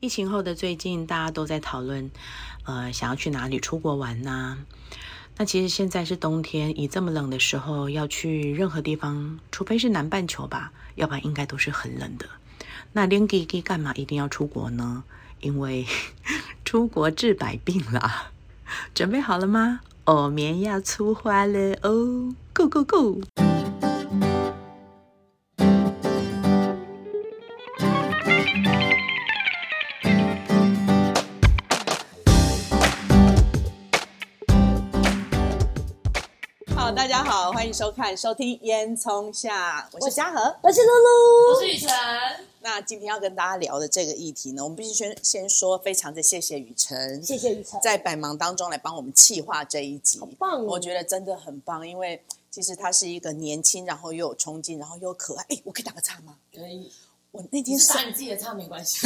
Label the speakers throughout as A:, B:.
A: 疫情后的最近，大家都在讨论，呃，想要去哪里出国玩呐、那其实现在是冬天，以这么冷的时候要去任何地方，除非是南半球吧，要不然应该都是很冷的。那连 g i 干嘛一定要出国呢？因为 出国治百病啦。准备好了吗？哦，棉要出发了哦，Go Go Go！
B: 好，大家好，欢迎收看、收听《烟囱下》，我是嘉禾。
C: 我是露露，
D: 我是雨辰，
B: 那今天要跟大家聊的这个议题呢，我们必须先先说，非常的谢谢雨辰，
C: 谢谢雨辰，
B: 在百忙当中来帮我们企划这一集，好
C: 棒哦
B: 我觉得真的很棒，因为其实他是一个年轻，然后又有冲劲，然后又可爱。哎，我可以打个岔吗？
D: 可以，
B: 我那
D: 你
B: 天
D: 是
B: 上
D: 打你自己的叉没关系。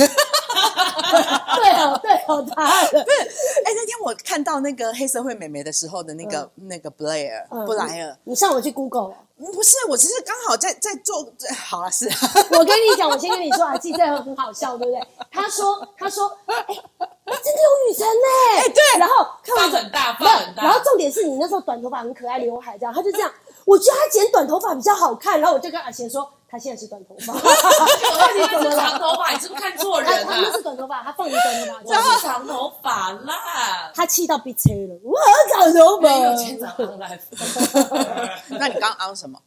C: 对哦对哦，他
B: 哎，那天我看到那个黑社会美眉的时候的那个、那个 Blair、布
C: 嗯
B: 莱尔，
C: 你上我去 Google 哦。
B: 嗯不是，我只是刚好在在做，好啊，是啊，
C: 我跟你讲，我先跟你说啊，记者很好笑，对不对？他说他说，哎、真的有雨辰呢、哎、对，然后看
D: 放
C: 完
D: 很大，
C: 没有
D: 放很大。
C: 然后重点是你那时候短头发很可爱，刘海这样，他就这样，我觉得他剪短头发比较好看，然后我就跟阿贤说，他现在是短头发，
D: 我问你，这是长头发，你是不是看错
C: 他
D: 人
C: 他那
D: 啊？
C: 是短头发，他放你短 头发这
D: 我
C: 样，
D: 是长头发 啦，
C: 他气到鼻塞了，我长头
D: 没有钱
C: 发，
D: 长 on life。
B: 那你刚刚昂什么？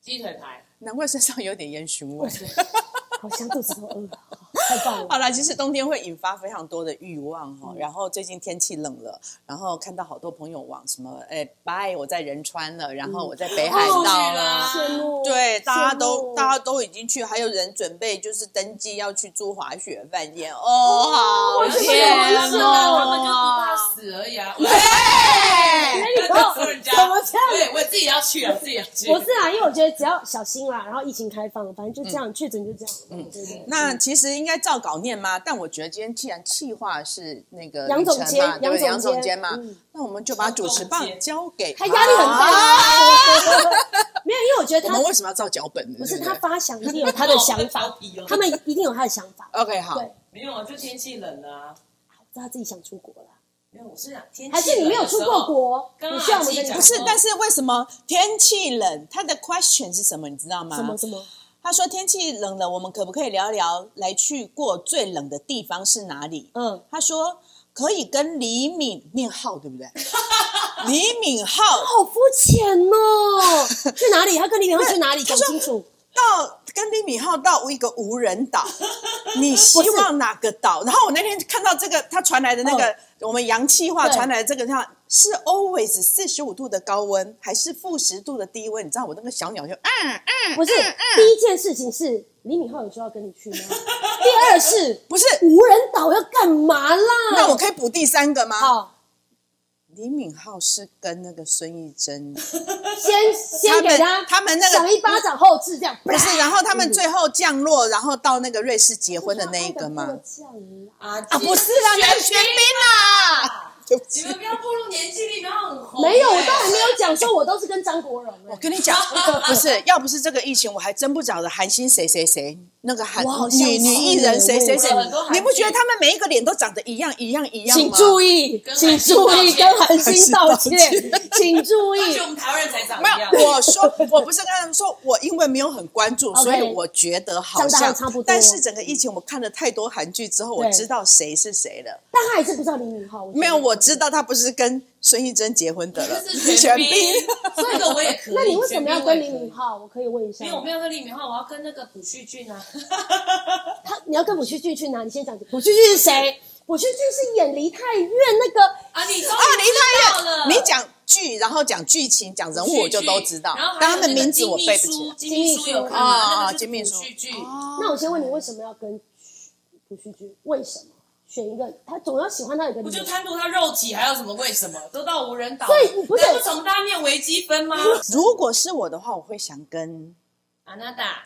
D: 鸡腿排，
B: 难怪身上有点烟熏味。
C: 好像肚子好饿啊，太棒了。
B: 好啦，其实冬天会引发非常多的欲望哈、然后最近天气冷了，然后看到好多朋友往什么，哎，拜，我在仁川了，然后我在北海道
D: 哦去
B: 了。
D: 了
C: 羡慕，
B: 对，大家
C: 羡
B: 都
C: 慕
B: 大家都已经去，还有人准备就是登记要去住滑雪饭店哦，好
D: 不是
B: 羡慕
D: 啊，他们就不怕死而 已啊。我
C: 哎你不要
D: 说人家
C: 怎么这样
D: 对，我自己要去啊，自己要去。
C: 不是啊，因为我觉得只要小心啦，然后疫情开放，反正就这样，确诊就这样。嗯，对对。
B: 那其实应该照稿念吗？但我觉得今天既然企划是那个
C: 杨
B: 凌晨
C: 总监
B: 嘛对不对？杨
C: 杨总
B: 总
C: 监
B: 监嘛
C: 嗯，
B: 那我们就把主持棒
D: 杨总监
B: 交给
C: 他压力很大
B: 啊。
C: 啊， 没有，因为我觉得
B: 我
C: 他
B: 们为什么要照脚本呢？
C: 不是
B: 对
C: 他
B: 对
C: 发想一定有他的想
D: 好
C: 法
D: 调皮哦，
C: 他们一定有他的想法。
B: OK 好，
C: 对
D: 没有啊，就天气冷啊。
C: 我知道他自己想出国了，
D: 没有，我是想天气
C: 还是你
D: 冷的时候
C: 没有出过？国？
D: 刚
C: 你
D: 刚
C: 需要我们跟你
D: 阿
C: 讲
B: 不
D: 基
B: 是
D: 讲，
B: 但是为什么天气冷？他的 question 是什么？你知道吗？
C: 什么什么？
B: 他说天气冷了，我们可不可以聊一聊来去过最冷的地方是哪里？
C: 嗯，
B: 他说可以跟李敏念浩，对不 对？李敏镐
C: 好肤浅哦！去哪里？他跟李敏镐 去哪里？讲清楚。
B: 到跟李敏镐到一个无人 岛，你希望哪个岛？然后我那天看到这个他传来的那个、我们洋气话
C: 嗯对
B: 传来的这个，像是 always 四十五度的高温，还是负十度的低温？你知道我那个小鸟就嗯嗯，
C: 不是，第一件事情是李敏镐有说要跟你去吗？第二是
B: 不是。
C: 无人岛要干嘛啦？
B: 那我可以补第三个吗？
C: 好，
B: 李敏镐是跟那个孙艺珍，
C: 先先给
B: 他们他们那个
C: 赏一巴掌后置这样，
B: 不是？然后他们
C: 嗯
B: 最后降落，然后到那个瑞士结婚的那一个吗？
C: 嗯
D: 啊
B: 啊，不是啊，那个玄彬啦。对 不
D: 你
B: 起
D: 们不要步入年纪，你们要很红。
C: 没有，我都还没有讲说，我都是跟张国荣、
B: 我跟你讲，不是，要不是这个疫情，我还真不晓得韩星谁谁谁，那个韩
C: 我好像
B: 女
C: 是
B: 女艺人谁谁谁
D: 我也不知道，
B: 你不觉得他们每一个脸都长得一样一样一样吗？
C: 请注意，请注意，跟韩星道歉
B: 韩星道，
C: 请注意
D: 而且我们台湾人才长一样
B: 没。有，我说我不是跟他们说，我英文没有很关注，
C: OK
B: 所以我觉得好
C: 长得
B: 像
C: 还差不多
B: 但是整个疫情，我看了太多韩剧之后，我
C: 对嗯
B: 知道谁是谁了。
C: 但他还是不知道李敏镐。觉得
B: 没有，我知。道他不是跟孙艺珍结婚 的了，
D: 就
B: 玄
D: 是玄
B: 彬。
D: 彬，这个我也可以。
C: 那你为什么要跟李
D: 玄
B: 啊
C: 敏
D: 彬我也可以？
C: 镐？我可以问一下
D: 因为。我没有跟李敏镐，我要跟那个朴叙 俊啊。
C: 他你要跟朴叙俊去哪？你先讲。朴叙俊是谁？朴叙俊是演《梨泰院》那个
D: 啊，你
B: 啊，
D: 终于知道了。
B: 你太你讲剧，然后讲剧情，讲人
D: 朴叙
B: 物，
D: 俊
B: 我就都知道
D: 然后。还
B: 但
D: 有
B: 他们名字我背不起
D: 那
B: 来
D: 个。金秘书金秘书有看
B: 啊啊
D: 吗
B: 啊
D: 那个就是
B: 金秘书哦
D: 朴叙俊
C: 那我先问你，为什么要跟朴叙俊？为什么选一个？他总要喜欢他有一个理
D: 不
C: 由
D: 就。贪图他肉体，还有什么为什么？都到无人岛，
C: 所以你不是
D: 难从大家念微积分 吗？
B: 如果是我的话，我会想跟
D: 阿娜达，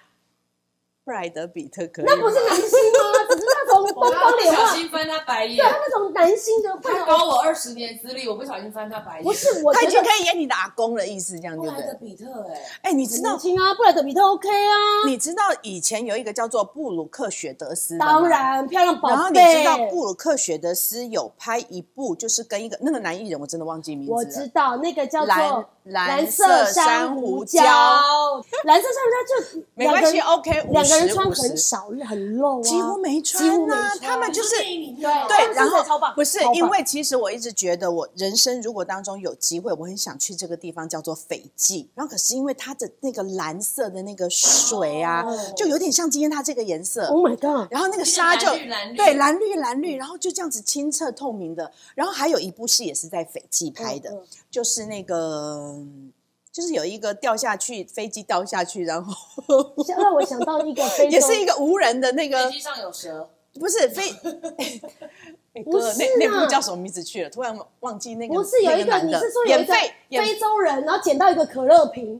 B: 布莱德比特可以吗。
C: 那不是男星吗？只是那种东
D: 我
C: 方
D: 不
C: 脸
D: 小
C: 话，
D: 心翻他白 眼
C: 对他。那种男星的会
D: 他
C: 让我
D: 高我二十年资历，我不小心翻他白眼。
C: 不是，我
B: 他已
C: 觉
B: 经
C: 得
B: 可以演你的阿公的意思，这样
D: 布
B: 对不
D: 莱
B: 对
D: 德？比特哎、
B: 哎，你知道
C: 年轻啊，布莱德比特 OK 啊，
B: 你知道以前有一个叫做布鲁克·雪德斯的吗
C: 当。然漂亮宝贝。
B: 然后你知道布鲁克·雪德斯有拍一部，就是跟一个那个男艺人，我真的忘记名字了。
C: 我知道那个叫
B: 蓝
C: 做
B: 蓝
C: 色
B: 色珊
C: 瑚
B: 瑚
C: 礁
B: 礁，哦
D: 哦
C: 蓝色珊瑚礁就
B: 没关系哦
C: 两
B: ，OK，
C: 个人两个人
B: 50
C: 穿很
B: 50
C: 少，很露啊，
B: 几乎没
C: 几
B: 穿
C: 乎没
B: 啊，
C: 穿
B: 他们就是
D: 电影里面
C: 对他
B: 对，
C: 们
B: 然
C: 身材
B: 后
C: 超棒
B: 不是
C: 超棒
B: 因为其实我一直觉得我人生如果当中有机会，我很想去这个地方叫做斐济，然后可是因为它的那个蓝色的那个水啊，
D: 哦
B: 就有点像今天它这个颜色。
C: Oh my god！
B: 然后那个沙就
D: 有点蓝绿蓝绿
B: 对蓝绿蓝绿，然后就这样子清澈透明的。然后还有一部戏也是在斐济拍的，
C: 嗯嗯
B: 就是那个就是有一个掉下去飞机掉下去，然后
C: 想让我想到一个非洲，
B: 也是一个无人的那个
D: 飞机上有蛇，
B: 不 是非，哎
C: 不
B: 哥
C: 是
B: 那那
C: 啦
B: 部叫什么名字去了？突然忘记那个。
C: 不是有
B: 那
C: 一个
B: 男
C: 你
B: 的
C: 是说有一
B: 演
C: 个
B: 费演
C: 非洲人，然后捡到一个可乐瓶，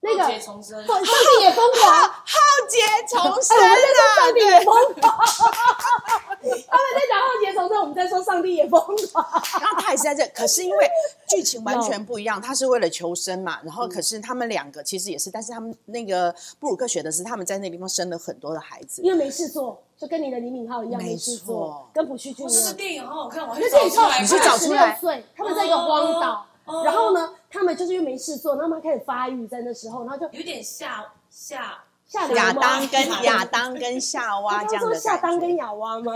C: 那个
D: 浪姐重生，
C: 凤上帝也疯狂，
B: 浩 劫重生
C: 哎，我们在说
B: 啊！
C: 上帝也疯狂，他们在讲浩劫重生，我们在说上帝也疯狂。
B: 然后他也是在这，可是因为剧情完全不一样，他是为了求生嘛。然
C: 嗯
B: 后可是他们两个其实也是，但是他们那个布鲁克学的是他们在那地方生了很多的孩子。
C: 因为没事做，就跟你的李敏镐一样没事
B: 没
C: 做
B: 错，
C: 跟朴叙俊
D: 不
C: 一
D: 是
C: 样
D: 这。电影好好看，我还
C: 那
D: 去
C: 电
D: 找
C: 影
D: 出来
B: 你
D: 看
B: 去找
C: 十
B: 出
C: 六
B: 来
C: 岁，他们在一个荒岛，
D: 哦哦
C: 然后呢，他们就是因为没事做，然后他们开始发育，在那时候，然后就
D: 有点下下
C: 下流
B: 亚
C: 吗
B: 当跟亚当跟夏
C: 他
B: 娃
C: 刚
B: 这
C: 刚
B: 样
C: 说
B: 的
C: 夏当
B: 感
C: 跟
B: 觉。
C: 亚娃吗？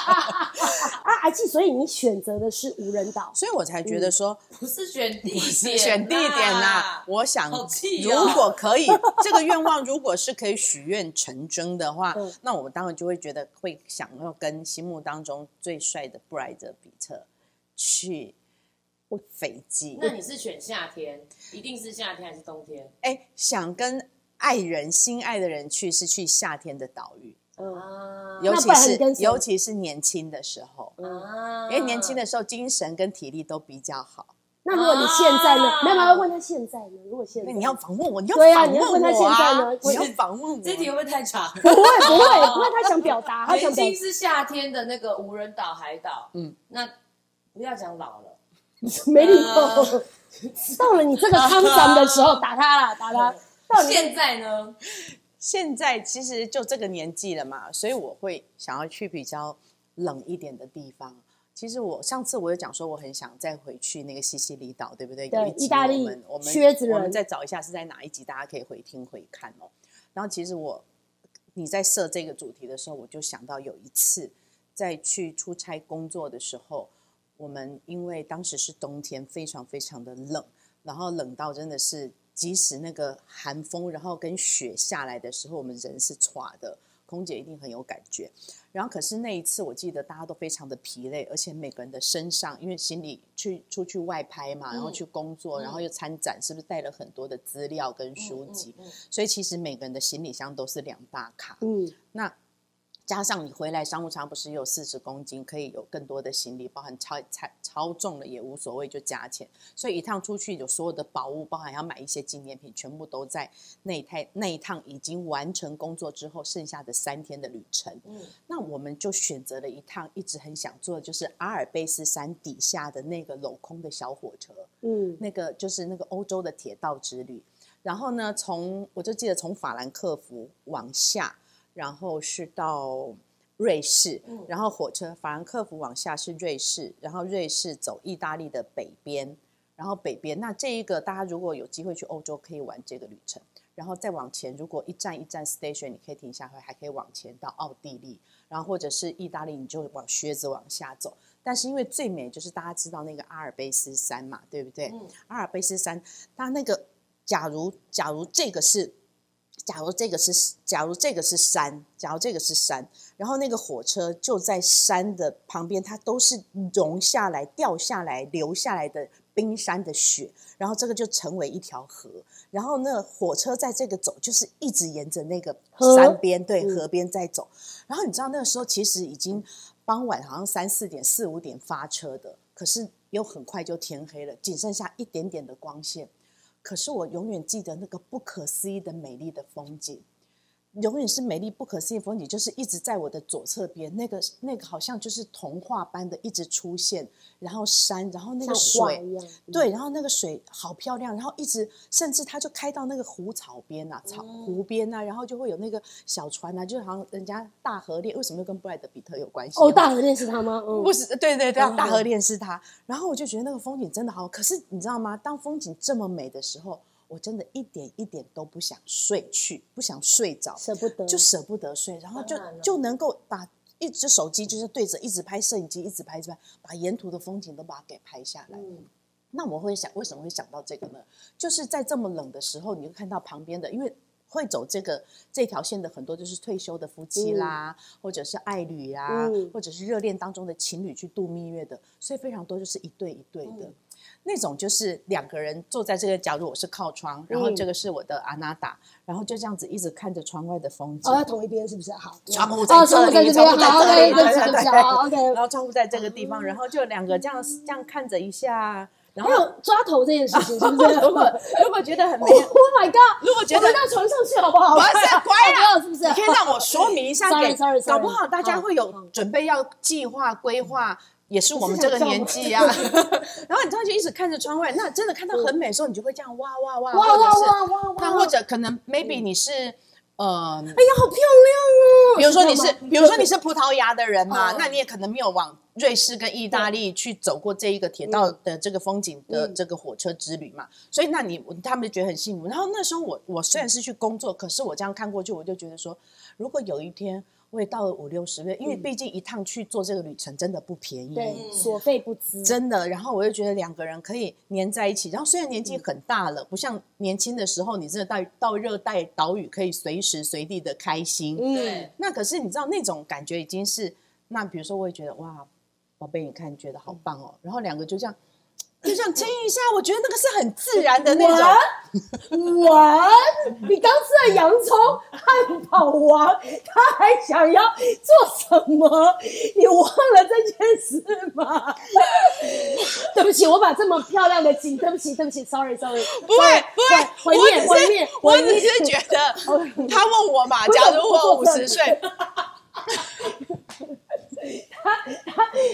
C: 啊，阿纪，所以你选择的是无人岛，
B: 所以我才觉得说，
D: 不是选地
B: 是
D: 点，啊
B: 选地点啊呐、我想，
D: 好气
B: 如
D: 哦
B: 果可 以，这个愿望如果是可以许愿成真的话
C: 嗯，
B: 那我当然就会觉得会想要跟心目当中最帅的布莱德比特去斐济。
D: 那你是选夏天，一定是夏天还是冬天？
B: 哎，想跟爱人、心爱的人去，是去夏天的岛屿，
C: 嗯，
D: 啊，
B: 尤
C: 那
B: 其
C: 不然你跟
B: 是
C: 谁嗯
B: 尤其是年轻的时候，
D: 啊，
B: 因为哎年轻的时候精神跟体力都比较好。
C: 那如果你现在呢？
D: 啊
C: 没有，没有问他现在呢？如果现在
B: 那哎你要访问我，你要
C: 对啊
B: 访
C: 你要问
B: 问
C: 他
B: 我
C: 现在
B: 啊
C: 呢，
B: 你要
C: 我
B: 访问我。
D: 这题会不会太长？
C: 不会不会不会，他想表 达，他想
D: 北
C: 表
D: 京是夏天的那个无人岛海岛，
B: 嗯
D: 嗯，那不要讲老了，
C: 没礼
B: 嗯
C: 貌
D: 呃。
C: 到了你这个康长的时候，打他啦，打他。到你
D: 现在呢？
B: 现在其实就这个年纪了嘛，所以我会想要去比较冷一点的地方。其实我上次我有讲说，我很想再回去那个西西里岛，对不对？
C: 对
B: 有一集
C: 意大利
B: 我们我们
C: 靴子人
B: 我们再找一下是在哪一集，大家可以回听回看哦。然后其实我你在设这个主题的时候，我就想到有一次在去出差工作的时候，我们因为当时是冬天，非常非常的冷，然后冷到真的是，即使那个寒风，然后跟雪下来的时候，我们人是垮的，空姐一定很有感觉。然后可是那一次，我记得大家都非常的疲累，而且每个人的身上，因为行李去出去外拍嘛，然后去工作，然后又参展，是不是带了很多的资料跟书
D: 嗯
B: 籍？所以其实每个人的行李箱都是两大卡。
C: 嗯，
B: 那加上你回来商务舱不是有四十公斤，可以有更多的行李，包含超超超重了也无所谓，就加钱。所以一趟出去有所有的宝物，包含要买一些纪念品，全部都在那一趟那一趟已经完成工作之后剩下的三天的旅程。
D: 嗯
B: 那我们就选择了一趟一直很想坐的，就是阿尔卑斯山底下的那个镂空的小火车。
C: 嗯，
B: 那个就是那个欧洲的铁道之旅。然后呢，从我就记得从法兰克福往下，然后是到瑞士，
D: 嗯
B: 然后火车法兰克福往下是瑞士，然后瑞士走意大利的北边，然后北边那这一个大家如果有机会去欧洲，可以玩这个旅程。然后再往前，如果一站一站 station，你可以停下来，还可以往前到奥地利，然后或者是意大利，你就往靴子往下走。但是因为最美就是大家知道那个阿尔卑斯山嘛，对不对？
D: 嗯
B: 阿尔卑斯山，它那个假如假如这个是，假如这个是假如这个是山，假如这个是山，然后那个火车就在山的旁边，它都是融下来、掉下来、流下来的冰山的雪，然后这个就成为一条河，然后那火车在这个走，就是一直沿着那个
C: 河
B: 山边对
C: 嗯
B: 河边在走，然后你知道那个时候其实已经傍晚，好像三四点、四五点发车的，可是又很快就天黑了，仅剩下一点点的光线。可是我永远记得那个不可思议的美丽的风景。永远是美丽不可思议风景，就是一直在我的左侧边，那个那个好像就是童话般的一直出现，然后山，然后那个
C: 像画
B: 水，
C: 一样，
B: 对，然后那个水好漂亮，然后一直甚至它就开到那个湖草边啊，草湖边啊，然后就会有那个小船啊，就好像人家大河恋为什么又跟布莱德比特有关系？
C: 哦，大河恋是他吗？嗯，
B: 不是，对对对，
C: 嗯
B: 大河恋是他。然后我就觉得那个风景真的好，可是你知道吗？当风景这么美的时候，我真的一点一点都不想睡去，不想睡着，
C: 舍不得，
B: 就舍不得睡，然后就
D: 当然了
B: 就能够把一只手机就是对着一直拍摄影机，一直拍一直拍，把沿途的风景都把它给拍下来。
D: 嗯，
B: 那我会想，为什么会想到这个呢？就是在这么冷的时候，你会看到旁边的，因为会走这个这条线的很多就是退休的夫妻啦，
D: 嗯
B: 或者是爱侣啦，
C: 嗯
B: 或者是热恋当中的情侣去度蜜月的，所以非常多就是一对一对
D: 嗯
B: 的。那种就是两个人坐在这个，假如我是靠窗，然后这个是我的阿娜达，然后就这样子一直看着窗外的风景
C: 哦，，在同一边是不是？好，
B: 窗户
C: 哦
B: 在
C: 窗
B: 这
C: 户在
B: 里，
C: 这
B: 窗户
C: 边，
B: 在
C: 好
B: 这
C: ，OK，
B: 里，
C: 对不起，对不起，好
B: 然
C: ，OK。
B: 后窗户在这个地方，然后就两个这样这样看着一下，然
C: 还
B: 后
C: 有抓头这件事情， 是不 是？
B: 如果如果觉得很没
C: Oh my god！
B: 如果觉得
C: 我们到床上去好不 好？
B: 不是乖啊
C: 啊，是不是？
B: 可以让我说明一
C: 哦
B: 下给
C: Sorry，sorry，sorry，
B: 搞不好大家
C: 好
B: 会
C: 好
B: 有准备要计划规划，也是我们这个年纪啊。
C: 你
B: 然
C: 是
B: 后你突然就一直看着窗外，那真的看到很美的时候，你就会这样哇哇哇，
C: 哇
B: 或者
C: 哇
B: 是
C: 哇哇哇！
B: 那或者可能 maybe 你是呃，
C: 哎呀，好漂亮哦！
B: 比如说你是
C: 这样吗
B: 比如说你是葡萄牙的人嘛
C: 哦，
B: 那你也可能没有往瑞士跟意大利去走过这一个铁道的这个风景的
C: 嗯
B: 这个火车之旅嘛，所以那你他们就觉得很幸福。然后那时候我我虽然是去工作，可是我这样看过去，我就觉得说，如果有一天我也到了五六十岁，因为毕竟一趟去做这个旅程真的不便宜，
C: 嗯对所费不赀，
B: 真的，然后我就觉得两个人可以黏在一起，然后虽然年纪
C: 嗯
B: 很大了，不像年轻的时候，你真的到到热带岛屿可以随时随地的开心。
C: 嗯
D: 嗯对，
B: 那可是你知道那种感觉已经是，那比如说我也觉得哇，宝贝，你看你觉得好棒哦，然后两个就这样，就这样亲一下，我觉得那个是很自然的那种。
C: 玩，你刚吃了洋葱汉堡王，他还想要做什么？你忘了这件事吗？ 对不起，我把这么漂亮的景，对不起，对不起，sorry sorry，
B: 不会不
C: 毁
B: 会，我
C: 灭毁
B: 只
C: 灭
B: 是，我
C: 毁
B: 只
C: 灭
B: 是觉得
C: OK
B: 他问 我嘛，
C: 不是
B: 假如我
C: 不
B: 五
C: 是不是
B: 十岁，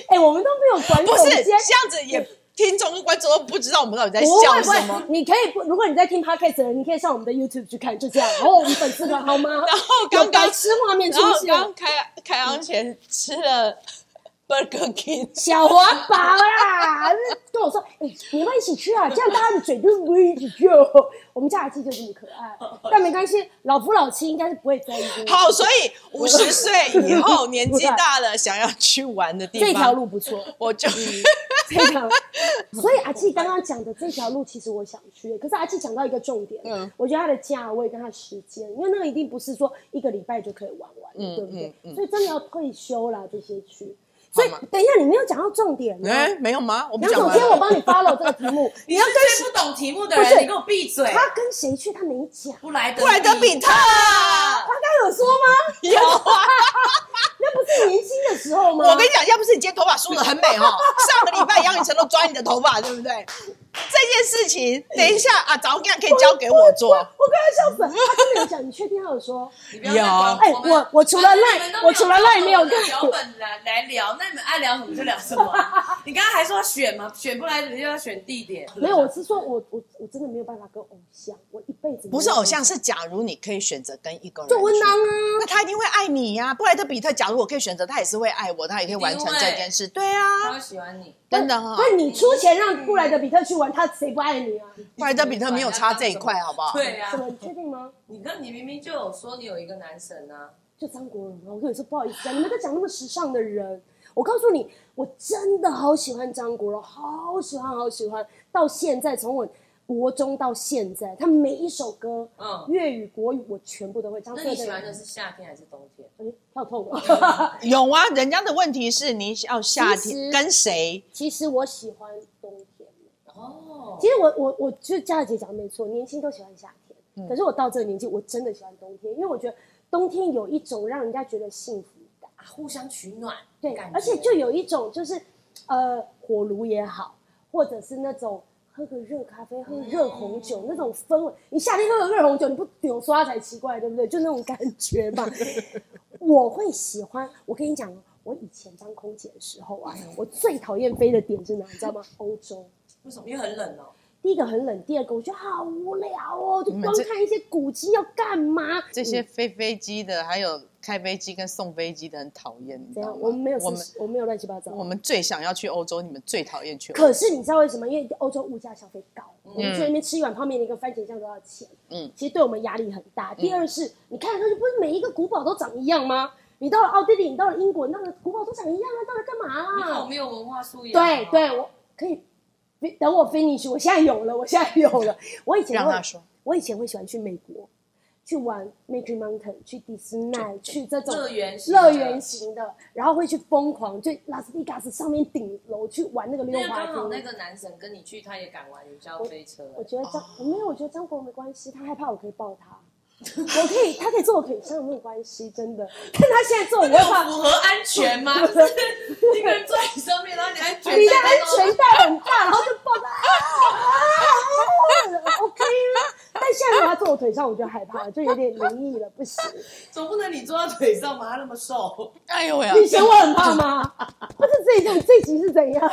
C: 哎、我们都没有管
B: 不
C: 总
B: 是
C: 监
B: 这。样子也。听众跟观众都不知道我们到底在
C: 不会
B: 笑
C: 不
B: 什么
C: 会，，你可以不，如果你在听 podcast 的人，你可以上我们的 YouTube 去看，就这样。然后我们粉丝团好吗？然
B: 后刚刚
C: 白痴画面出
B: 然后
C: 现，
B: 刚开开昂前吃了 Burger King，
C: 小环保啦，跟我说，哎、你们一起吃啊，这样大家的嘴都不会一起去哦。我们家阿基就这么可爱，但没关系，老夫老妻应该是不会在意的。
B: 哦好，所以五十岁以 后年纪大了，想要去玩的地方，
C: 这条路不错，
B: 我就
C: 嗯这条。所以阿基刚刚讲的这条路，其实我想去，可是阿基讲到一个重点，
B: 嗯
C: 我觉得它的价位跟它的时间，因为那个一定不是说一个礼拜就可以玩完的，
B: 嗯
C: 对不对、所以真的要退休啦，这些去。所以
B: 好嘛
C: 等一下，你没有讲到重点 呢。
B: 哎、没有吗？我们
C: 杨
B: 讲
C: 总
B: 完
C: 监，我
B: 了。
C: 帮你 follow 这个题 目，
D: 你要最不懂题目的
C: 不是
D: 人，你给我闭嘴！
C: 他跟谁去，他没讲。
D: 布莱德
B: 布莱德比特
C: 他刚有说吗？
B: 有啊，
C: 那不是年轻的时候吗？
B: 我跟你讲，要不是你今天头发梳的很美哦，上个礼拜杨雨辰都抓你的头发，对不对？这件事情，等一下啊，早点可以交给我做。
C: 我刚才笑死了，他真的有讲，你确定他有说？
D: 你不要再管
C: 哎
D: 我们
C: 我我除了赖
D: 们都没有
C: 我除了赖没有
D: 照我
C: 看
D: 们的脚本来来聊，那你们爱聊什么就聊什么。啊 你刚刚还说要选嘛，选不来你就要选地点。
C: 没有，我是说我我我真的没有办法跟偶像，我一辈子没有
B: 不是偶像，是假如你可以选择跟一个人去，
C: 做文囊啊。
B: 那他一定会爱你呀、布莱德比特，假如我可以选择，他也是会爱我，他也可以完成这件事。对
D: 他
B: 啊，
D: 会喜欢你，
B: 真的啊哈、
C: 那你出钱让布莱德比特去玩，他谁不爱你啊？
B: 布莱德比特没有差这一块，好不好？
D: 对啊呀、
C: 什么？你确定吗？
D: 你看你明明就有说你有一个男神啊，
C: 就张国荣啊！我跟你说，不好意思啊，你们在讲那么时尚的人，我告诉你，我真的好喜欢张国荣，好喜欢，好喜欢，到现在从我国中到现在，他每一首歌，
D: 嗯
C: 粤语、国语我全部都会。张
D: 那
C: 国
D: 你
C: 荣
D: 喜欢的是嗯夏天还是冬天？
C: 哎跳痛了。
B: 有啊，人家的问题是你要夏
C: 其
B: 天
C: 实
B: 跟谁？
C: 其实我喜欢冬天，
D: 哦
C: 其，实我我我就佳姐讲得没错，年轻都喜欢夏天，可是我到这个年纪，我真的喜欢冬天，因为我觉得冬天有一种让人家觉得幸福感。
D: 啊互相取暖，
C: 对
D: 感，觉
C: 而且就有一种就是，呃，火炉也好，或者是那种喝个热咖啡，
B: 嗯
C: 喝热红酒、那种氛围。你夏天喝个热红酒，你不扭刷才奇怪，对不对？就那种感觉 嘛。我会喜欢，我跟你讲，我以前当空姐的时候啊，
B: 嗯
C: 我最讨厌飞的点是哪，你知道吗？欧洲。
D: 为什么？因为很冷哦。
C: 第一个很冷，第二个我觉得好无聊哦，就
E: 你们
C: 光
E: 这
C: 看一些古迹要干嘛？
B: 嗯
C: 嗯
B: 这些飞飞机的，还有开飞机跟送飞机的，很讨厌，你知
C: 怎
B: 道
C: 样？
B: 吗？
C: 我们没有
B: 我
C: 私
B: 们
C: 事，我没有乱七八糟。
B: 我们最想要去欧洲，你们最讨厌去欧洲。
C: 可是你知道为什么？因为欧洲物价消费高，
D: 嗯
C: 我们去那边吃一碗泡面连个番茄酱都要钱。
B: 嗯
C: 嗯，其实对我们压力很
D: 嗯
C: 大。第二是，你看上去不是每一个古堡都长一样吗？你到了奥地利，你到了英国，你到了古堡都长一样啊，到底干
D: 你
C: 嘛
D: 好
C: 啊？
D: 没有文化素养。哦
C: 对，对，我可以。等我 finish，我现在有了，我现在有 了。我以前
B: 让
C: 会
B: 他说，
C: 我以前会喜欢去美国，去玩 Magic Mountain，去迪士尼，去这种
D: 乐园型的
C: 乐园型的，然后会去疯狂，就拉斯维加斯上面顶楼去玩那个溜
D: 那
C: 滑
D: 刚好那
C: 梯。
D: 个男神跟你去，他也敢玩云霄飞车。
C: 我觉得张、没有，我觉得张国荣没关系，他害怕我可以抱 他，我可以，他可以坐我腿上，没有关系，真的。 但他现在坐我，我
D: 没
C: 会
D: 有
C: 怕。
D: 符合安 全吗？就是一个人坐在你上面，然后你安全带
C: 你的安
D: 都
C: 全带很大，然后就抱他 啊啊啊，OK 了。但现在如果他坐我腿上，我就害怕了，就有点灵异了，不行。
D: 总不能你坐到腿上吧？他那么瘦，
B: 哎呦喂、
C: 你嫌我很胖吗？ 不是这一种，这一集是怎 样？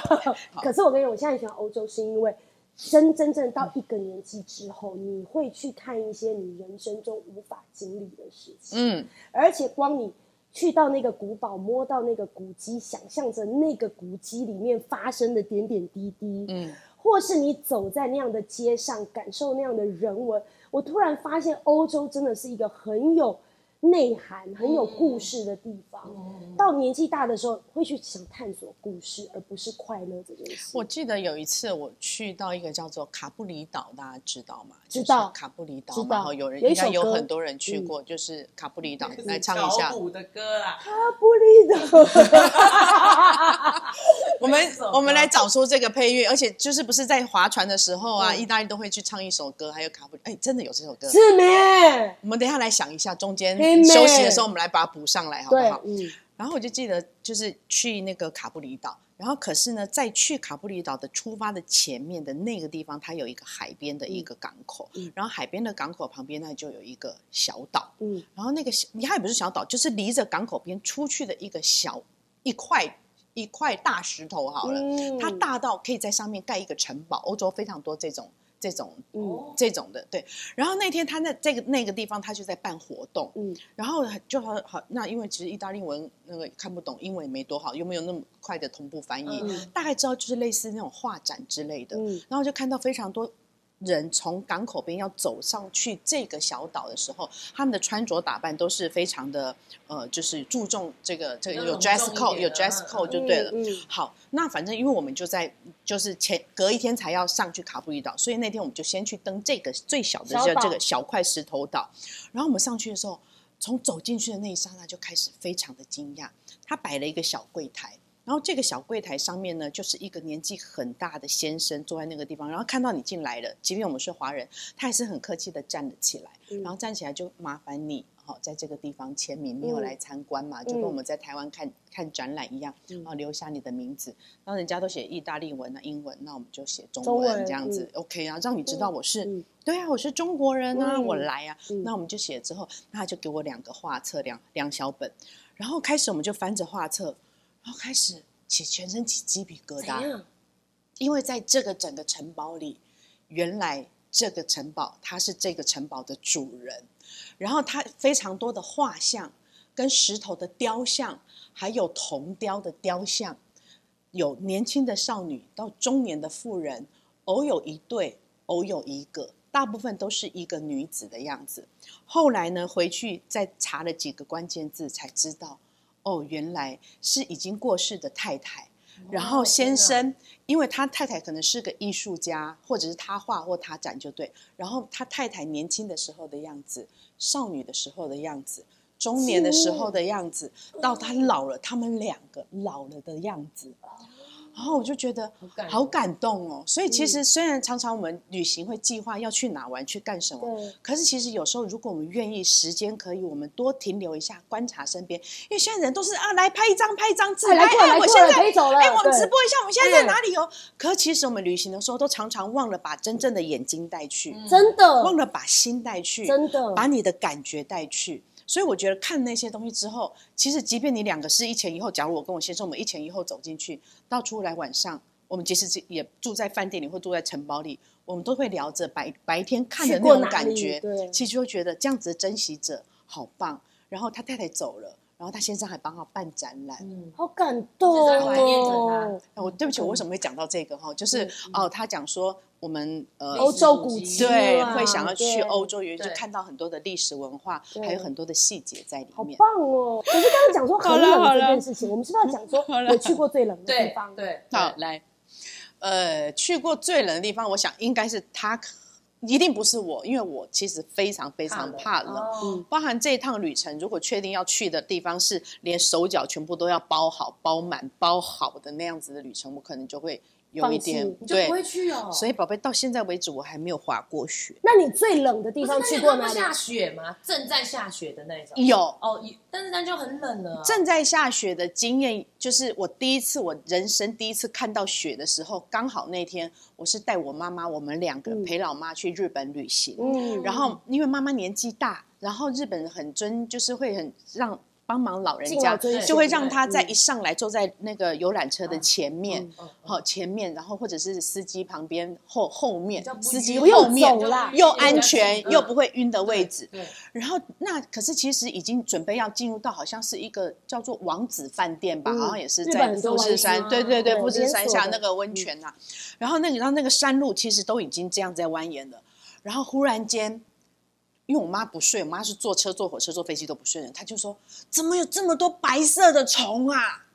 C: 可是我跟你讲，我现在喜欢欧洲，是因为真真正到一个年纪之后，你会去看一些你人生中无法经历的事情，
B: 嗯，
C: 而且光你。去到那个古堡，摸到那个古迹，想象着那个古迹里面发生的点点滴滴，
B: 嗯，
C: 或是你走在那样的街上，感受那样的人文，我突然发现欧洲真的是一个很有内涵、很有故事的地方。
B: 嗯
C: 到年纪大的时候，会去想探索故事，而不是快乐这件事。
B: 我记得有一次我去到一个叫做卡布里岛，大家知道吗？
C: 知道
B: 就是卡布里岛
C: 知
B: 嘛，
C: 道
B: 然后有人
C: 有一
B: 应该
C: 首
B: 有
C: 歌嗯
B: 很多人去过，就是卡布里岛，来唱一
D: 小
B: 下。
D: 虎的歌啦。
C: 阿布啊利 的，
B: 我们
D: 这首歌
B: 我们来找出这个配乐，而且就是不是在划船的时候啊，
C: 嗯
B: 意大利都会去唱一首歌，还有卡布里，哎，真的有这首歌。
C: 是没？
B: 我们等一下来想一下，中间
C: 嘿妹
B: 休息的时候，我们来把它补上来，好不
C: 对
B: 好，？
C: 嗯，
B: 然后我就记得就是去那个卡布里岛，然后可是呢，在去卡布里岛的出发的前面的那个地方，它有一个海边的一个港口，然后海边的港口旁边那就有一个小岛，
C: 嗯，
B: 然后那个小它也不是小岛，就是离着港口边出去的一个小一块一块大石头好了，
C: 嗯
B: 它大到可以在上面盖一个城堡，欧洲非常多这种这种
C: 嗯
D: 哦，
B: 这种的，对。然后那天他那这个那个地方，他就在办活动，
C: 嗯，
B: 然后就好好那因为其实意大利文那个看不懂，英文也没多好，又没有那么快的同步翻译，
D: 嗯
B: 大概知道就是类似那种画展之类的，
C: 嗯
B: 然后就看到非常多。人从港口边要走上去这个小岛的时候，他们的穿着打扮都是非常的，呃，就是注重这个这个
D: 要
B: 有
D: 隆
B: dress
D: 重一
B: code 有
D: 点啊
B: dress code 就对了。
C: 嗯嗯
B: 好，那反正因为我们就在就是前隔一天才要上去卡布里岛，所以那天我们就先去登这个最小的
C: 小
B: 叫
C: 岛
B: 这个小块石头岛。然后我们上去的时候，从走进去的那一刹那就开始非常的惊讶，他摆了一个小柜台。然后这个小柜台上面呢，就是一个年纪很大的先生坐在那个地方，然后看到你进来了，即便我们是华人，他还是很客气的站了起来，
C: 嗯
B: 然后站起来就麻烦你，好、在这个地方签名，没有
C: 嗯
B: 来参观嘛，就跟我们在台湾看看展览一样，
C: 嗯
B: 然后留下你的名字，然后人家都写意大利文啊、英文，那我们就写中
C: 中文
B: 这样子、o k 啊，让你知道我是、
C: 嗯
B: 对啊，我是中国人啊，
C: 嗯
B: 我来啊，
C: 嗯
B: 那我们就写之后，那他就给我两个画册，两两小本，然后开始我们就翻着画册，然后开始起全身起鸡皮疙
C: 怎
B: 瘩，
C: 样？
B: 因为在这个整个城堡里，原来这个城堡它是这个城堡的主人，然后它非常多的画像、跟石头的雕像，还有铜雕的雕像，有年轻的少女到中年的妇人，偶有一对，偶有一个。大部分都是一个女子的样子。后来呢，回去再查了几个关键字，才知道，哦，原来是已经过世的太太，然后先生，因为他太太可能是个艺术家，或者是他画或他展就对。然后他太太年轻的时候的样子，少女的时候的样子，中年的时候的样子，到他老了，他们两个老了的样子。然后我就觉得
D: 感人
B: 好感动哦。所以其
C: 嗯
B: 实虽然常常我们旅行会计划要去哪玩、去干什么，
C: 嗯对，
B: 可是其实有时候如果我们愿意，时间可以，我们多停留一下，观察身边，因为现在人都是啊，来拍一张、拍一张自
C: 哎，来
B: 拍，
C: 过
B: 哎，
C: 来
B: 我
C: 过
B: 现
C: 了，
B: 在
C: 可以走了。
B: 哎、我们
C: 对嗯
B: 直播一下，我们现在在哪里哦？可其实我们旅行的时候，都常常忘了把真正的眼睛带去，
C: 真的，
B: 忘了把心带去，
C: 真的
B: 把你的感觉带去。所以我觉得看那些东西之后，其实即便你两个是一前一后，假如我跟我先生我们一前一后走进去，到出来晚上，我们即使是也住在饭店里或住在城堡里，我们都会聊着白白天看的
C: 去
B: 那
C: 过
B: 种
C: 哪
B: 感
C: 里
B: 觉，
C: 对
B: 其实就会觉得这样子的珍惜者好棒。然后他太太走了，然后他先生还帮他办展览，哎
C: 好感动
D: 就是在怀念着他
C: 哦。
B: 我对不起，我为什么会讲到这个哈？就是哦，他讲说我们呃，
C: 嗯欧洲古
D: 历
C: 迹
D: 史
C: 啊，
B: 对会想要去
C: 对
B: 欧洲，也就
D: 对
B: 看到很多的历史文化，
C: 对
B: 还有很多的细节在里
C: 好
B: 面。
C: 棒哦！可是刚刚讲说很
B: 好了好了
C: 冷这件事情，我们是不是要讲说
B: 好了
C: 我去过最冷的地
D: 对
C: 方？，
D: 对，
B: 好，来，呃，去过最冷的地方，我想应该是他，一定不是我，因为我其实非常非常怕冷。
D: 哦
B: 包含这一趟旅程，如果确定要去的地方是连手脚全部都要包好、包满、包好的那样子的旅程，我可能就会有一点
C: 放
D: 你就
B: 对
D: 不。会去哦。
B: 所以，宝贝，到现在为止我还没有滑过雪。
C: 那你最冷的地
D: 不是
C: 方
D: 那
C: 去
D: 个
C: 过
D: 那
C: 哪
D: 不
C: 里？
D: 下雪吗？正在下雪的那种。
B: 有，
D: 哦，一但是那就很冷了啊。
B: 正在下雪的经验，就是我第一次，我人生第一次看到雪的时候，刚好那天我是带我妈妈，我们两个
C: 嗯
B: 陪老妈去日本旅行。
C: 嗯，
B: 然后因为妈妈年纪大，然后日本很尊，就是会很让帮忙老人
C: 敬老
B: 家，
C: 尊
D: 贤
B: 就会让她在一上来坐在那个游览车的前面，
D: 嗯
B: 好、前面，然后或者是司机旁边后后面
D: 比较，不
B: 司机
D: 晕
B: 后面
C: 不用走啦
B: 又安全又不
D: 会
B: 会晕的位置。
D: 对，
B: 然后那可是其实已经准备要进入到好像是一个叫做王子饭店吧，
C: 嗯
B: 好像也是
C: 日本
B: 在
C: 很多啊
B: 富士
D: 王
B: 山，
D: 子
B: 对对对，
C: 对
B: 富士山下
C: 连锁的嗯
B: 那个温泉呐、啊。然后那个然后那个山路其实都已经这样在蜿蜒了，然后忽然间。因为我妈不睡，我妈是坐车、坐火车、坐飞机都不睡的人，她就说：“怎么有这么多白色的虫啊？”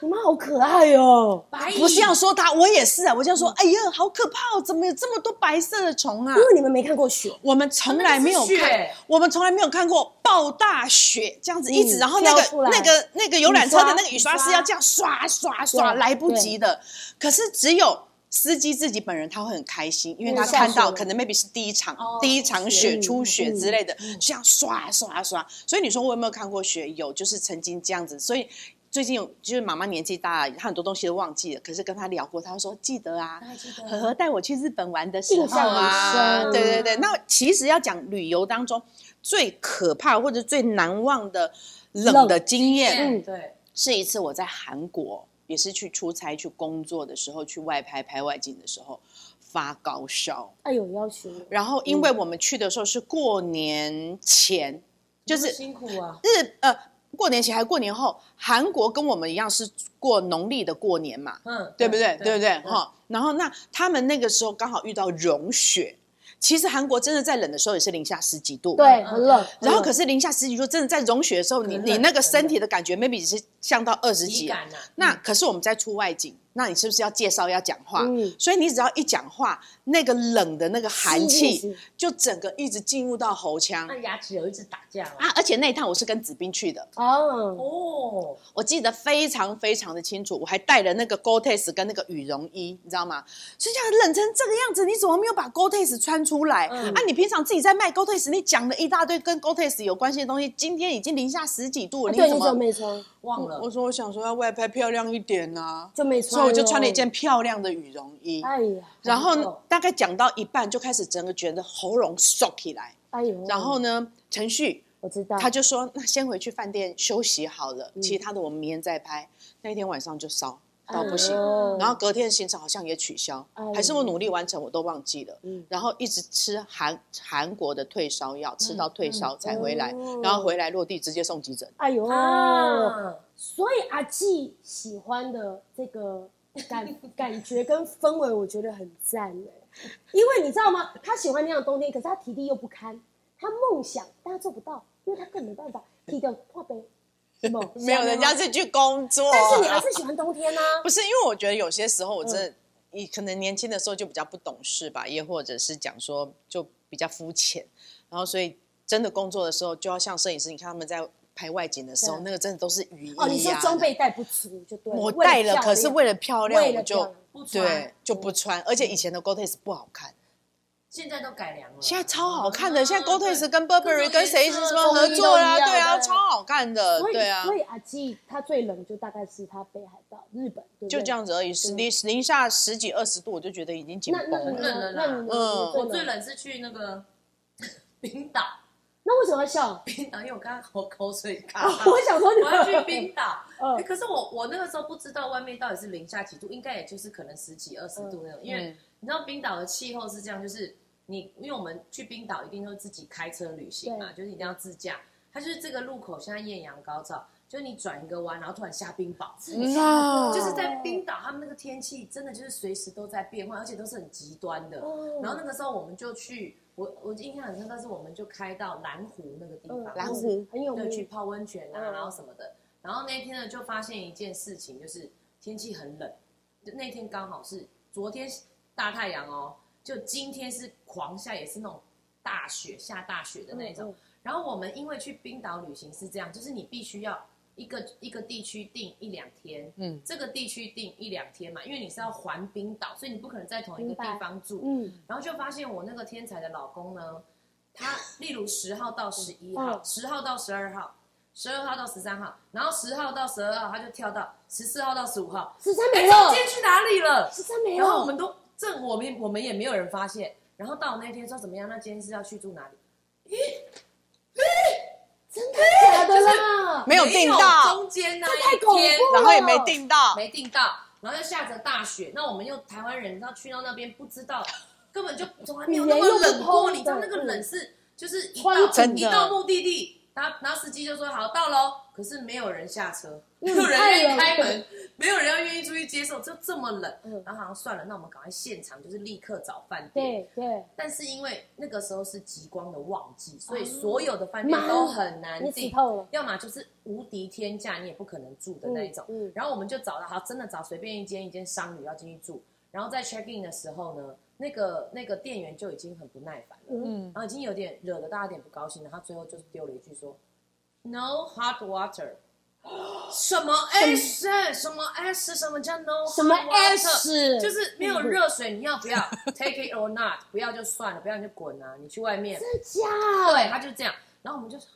C: 你妈好可爱哦，
D: 白蚁
B: 不是要说她，我也是啊，我就
C: 嗯
B: 说：“哎呀，好可怕哦，怎么有这么多白色的虫啊
C: 因为你们没看过雪，
B: 我们从来没有
D: 那个是
B: 看
D: 雪，
B: 我们从来没有看过暴大雪这样子一直，
C: 嗯
B: 然后那个
C: 飘出来
B: 那个那个游览车的那个
C: 雨
B: 雨
C: 刷
B: 刷是要这样刷刷刷，
C: 对
B: 来不及的。可是只有司机自己本人他会很开心，因为他
C: 因为下
B: 看到
C: 雪了
B: 可能 maybe 是第一场
D: 哦
B: 第一场雪
C: 嗯
B: 初雪
C: 嗯
B: 之类的，就这样刷刷刷。所以你说我有没有看过雪？有，就是曾经这样子，所以。最近有，就是妈妈年纪大了，她很多东西都忘记了。可是跟她聊过，她说记得啊，
D: 还记得
B: 和和带我去日本玩的时
C: 印
B: 候
C: 象很
B: 啊，
C: 深
B: 对对对。那其实要讲旅游当中最可怕或者最难忘的冷的经验，
C: 嗯
D: 对，
B: 是一次我在韩国也是去出差去工作的时候，去外拍拍外景的时候发高烧，
C: 哎呦要学，
B: 然后因
C: 嗯
B: 为我们去的时候是过年前，就是
C: 嗯
D: 辛苦啊。
B: 日呃过年前还过年后，韩国跟我们一样是过农历的过年嘛，
D: 嗯，
B: 对不对？对不对？哈，然后那他们那个时候刚好遇到融雪，其实韩国真的在冷的时候也是零下十几度，
C: 对，很冷。
B: 然后可
C: 是
B: 是零下十几度，真的在融雪的时候，你
D: 很冷
B: 你那个
D: 很冷
B: 身体的感觉，maybe 只是降到二十
D: 体
B: 几。
D: 感呐，
B: 那可是我们在出外景，那你是不是要介绍要讲话？
C: 嗯
B: 所以你只要一讲话，那个冷的那个寒
C: 是是
B: 气
C: 是
B: 就整个一直进入到喉腔
D: 那牙齿有一直打架了。
B: 啊！而且那一趟我是跟子斌去的，
C: 哦，
D: 哦，
B: 我记得非常非常的清楚，我还带了那个 Gore-Tex 跟那个羽绒衣，你知道吗？所以讲冷成这个样子，你怎么没有把 Gore-Tex 穿出来、
D: 嗯
B: 啊？你平常自己在卖 Gore-Tex，你讲了一大堆跟 Gore-Tex 有关系的东西，今天已经零下十几度了，
C: 哎啊对，
B: 怎
C: 你怎么
B: 么？
C: 没穿？
D: 忘了
B: 我。说我想说要外拍漂亮一点啊，
C: 就没
B: 所
C: 穿，哦
B: 以我就穿了一。件漂亮的羽绒衣。
C: 哎呀，
B: 然后
D: 很
B: 呢
D: 瘦
B: 大概讲到一半，就开始整个觉得喉咙缩起来。
C: 哎呦，
B: 然后呢，程序
C: 我知道，
B: 他就说：“那先回去饭店休息好了，
C: 嗯
B: 其他的我们明天再拍。”那一天晚上就烧到不行，
C: 嗯
B: 然后隔天行程好像也取消，
C: 哎呦
B: 还是我努力完成，我都忘记了。
C: 嗯
B: 然后一直吃韩韩国的退烧药，吃到退烧才回来，
C: 嗯哦
B: 然后回来落地直接送急诊。。
C: 哎呦，
D: 啊，
C: 所以阿纪喜欢的这个感 感觉跟氛围，我觉得很赞哎，因为你知道吗？他喜欢那样的冬天，可是他体力又不堪，他梦想但他做不到，因为他根本没办法踢掉破杯梦
B: 没有，人家是去工作，
C: 哦但是你还是喜欢冬天啊呐、
B: 不是因为我觉得有些时候我真
C: 嗯
B: 的，你、可能年轻的时候就比较不懂事吧，也或者是讲说就比较肤浅，然后所以真的工作的时候就要像摄影师，你看他们在。拍外景的时候，
C: 对
B: 那个真的都是雨衣、啊。
C: 哦，你说装备带不出就对了，
B: 我
C: 为了
B: 带了，
C: 漂
B: 可是
C: 亮
B: 为了漂亮，
C: 为了
B: 我
C: 漂
B: 就
C: 亮
D: 不穿
B: 对就不穿，而且以前的 Gore-Tex 不好看，
D: 现在都改良了，
B: 现在超
C: 哦
B: 好看的。
D: 嗯
B: 现在
D: 对
B: Gore-Tex 跟 Burberry 跟谁什么合
C: 风衣都
B: 作啦？
C: 一样
B: 对啊，
C: 对
B: 超好看的
C: 所，以
B: 对啊
C: 所，以阿基他最冷就大概是他北海道日本，对不对
B: 就这样子而已，十
C: 对
B: 零零下十几二十度，我就觉得已经紧
C: 那
B: 绷
C: 那你
B: 了。
C: 呢
D: 冷了
C: 那
D: 啦
C: 你呢
B: 嗯
D: 我
C: 你
D: 最
C: 最冷，
D: 冷是去那个 冰岛，
C: 那为什么要 笑？
D: 冰岛，因为我刚刚口口水干。
C: 我想说你
D: 我要去冰岛，
C: 嗯
D: 欸可是我我那个时候不知道外面到底是零下几度，应该也就是可能十几二十度那
B: 嗯
D: 种，因为你知道冰岛的气候是这样，就是你因为我们去冰岛一定都自己开车旅行嘛，就是一定要自驾，它就是这个路口现在艳阳高照，就是你转一个弯，然后突然下冰雹。
C: 嗯哦
B: No，
D: 就是在冰岛，他们那个天气真的就是随时都在变化，而且都是很极端的。
C: 哦
D: 然后那个时候我们就去，我我印象很深刻，是我们就开到蓝湖那个地
C: 嗯
D: 方，
B: 蓝湖
C: 很有
D: 对，
C: 名，
D: 去泡温泉啊，
C: 嗯
D: 然后什么的。然后那一天呢，就发现一件事情，就是天气很冷。就那天刚好是昨天大太阳哦，就今天是狂下，也是那种大雪下大雪的那种。然后我们因为去冰岛旅行是这样，就是你必须要一个一个地区定一两天，
B: 嗯，
D: 这个地区定一两天嘛，因为你是要环冰岛，所以你不可能在同一个
C: 明白
D: 地方住。
C: 嗯，
D: 然后就发现我那个天才的老公呢，他例如十号到十一号，
C: 嗯
D: 十号到十二号，十二号到十三号，然后十号到十二号，他就跳到十四号到十五号，
C: 十三
D: 哎，
C: 没
D: 他
C: 了
D: 今，天去哪里了？
C: 十三没
D: 然后我
C: 了，
D: 们都这我们我们也没有人发现。然后到我那天说怎么样？那今天是要去住哪里？
C: 真的假的啦？
B: 没有
D: 没
B: 定
D: 有
B: 到，
D: 中间那
C: 太
D: 一
C: 恐
D: 天
C: 怖
B: 然后也没定到，
D: 没订到，然后又下着大雪，那我们又台湾人，然后去到那边不 知道，根本就从来没有那么冷过，
C: 语言又不通
D: 你知道那个
C: 对
D: 冷是就是一
C: 穿
D: 到
B: 真的
D: 一到目的地，然后然后司机就说好到喽，可是没有人下车，没
C: 嗯
D: 有人愿意
C: 太
D: 开
C: 冷了
D: 门，没有人要愿意出去接受，就这么冷
C: 嗯，
D: 然后好像算了，那我们赶快现场就是立刻找饭店。
C: 对对，
D: 但是因为那个时候是极光的旺季，所以所有的饭店
C: 妈
D: 都很难
C: 哦你死
D: 订。
C: 透了，
D: 要么就是无敌天价，你也不可能住的那一种。
C: 嗯嗯
D: 然后我们就找到，好，真的找随便一间一间商旅要进去住。然后在 check in 的时候呢，那个那个店员就已经很不耐烦了，
C: 嗯，
B: 嗯，
D: 然后已经有点惹得大家有点不高兴了。他最后就丢了一句说：“No hot water。”什么 S？什么 S？什么叫 no？hot
C: 什么
D: water？
C: S
D: 就是没
C: 嗯
D: 有热水，你要 不要？Take it or not？不要就算了，不要你就滚啊！你去外面。
C: 真的假？
D: 对，他就这样。然后我们就说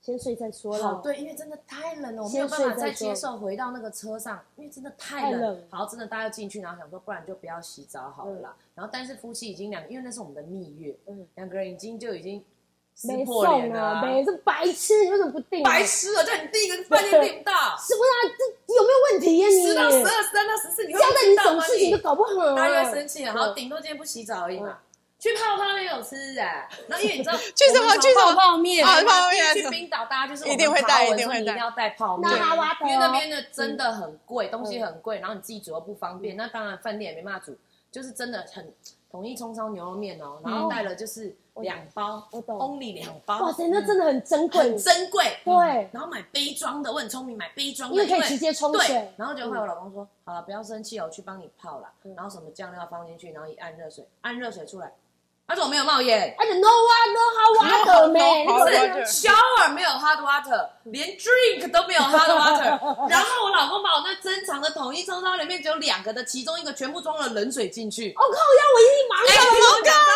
C: 先睡再说
D: 好，
C: 了，
D: 对，因为真的太冷了，我没
C: 先
D: 有办法
C: 睡再
D: 再接
C: 说
D: 受回到那个车上，因为真的太
C: 太
D: 冷。
C: 冷
D: 好，真的大家进去，然后想说，不然就不要洗澡好了啦。然后，但是夫妻已经两，因为那是我们的蜜月，
C: 嗯
D: 两个人已经就已经撕
C: 没
D: 破脸
C: 送
D: 了
C: 啊，
D: 啊、
C: 没这白痴，你为什么不定啊？
D: 白痴了，叫你订一个饭店订不 到，
C: 是不是啊？这有没有问题呀、你
D: 十到十二、十三到十四，你会
C: 交代
D: 不
C: 你
D: 知道
C: 什么
D: 吗
C: 事情都搞不好、啊，
D: 大家生气了，
C: 对
D: 好，顶多今天不洗澡而已嘛。去泡泡面有吃啊，然后因为你 知道
B: 去什
D: 我
B: 么
D: 们
B: 去什么
C: 泡面
B: 啊泡面
D: 去 冰岛，大家就是
B: 一定会带
D: 我们
B: 一定会带
D: 爬文说你一定要带泡面，
C: 那哈哇的哦
D: 因为那边的真的很
B: 嗯
D: 贵，东西很贵，然后你自己煮又不方便，那当然饭店也没办法煮，就是真的很统一葱烧牛肉面哦，然后带了就是两包，
C: 我懂
D: only 两
C: 哇
D: 包，
C: 塞，那真的很珍贵
D: 很，珍贵，
C: 对，
D: 然后买杯装的，我很聪明，买杯装的，
C: 因为可以直接冲
D: 对
C: 水，
D: 然后就后来我老公说：“好了，不要生气哦，我去帮你泡啦。”然后什么酱料放进去，然后一按热水，按热水出来，他说我没有冒烟
C: 而且 no one no how water 嗯 man，
B: No hot
C: 那
B: water
C: 个
D: ，shower 没有 hot water，连 drink 都没有 hot water。然后我老公把我那珍藏的统一冲烧里面只有两个的，其中一个全部装了冷水进去
C: 我，哦靠，让我一马
D: 哎，
C: 上
D: 好干啊！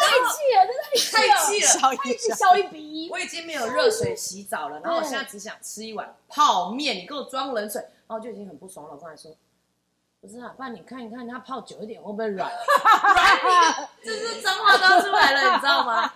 C: 太气了，真的
D: 太
C: 太气
D: 气
C: 了，
D: 了，
B: 小
C: 太
B: 一
C: 气
B: 下，
C: 笑一鼻一，
D: 我已经没有热水洗澡了，然后我现在只想吃一碗泡面，你给我装冷水，然后就已经很不爽了。我跟他说，不是啊，不然你看一看，它泡久一点会不会软？ 软，就是脏话都出来了，你知道吗？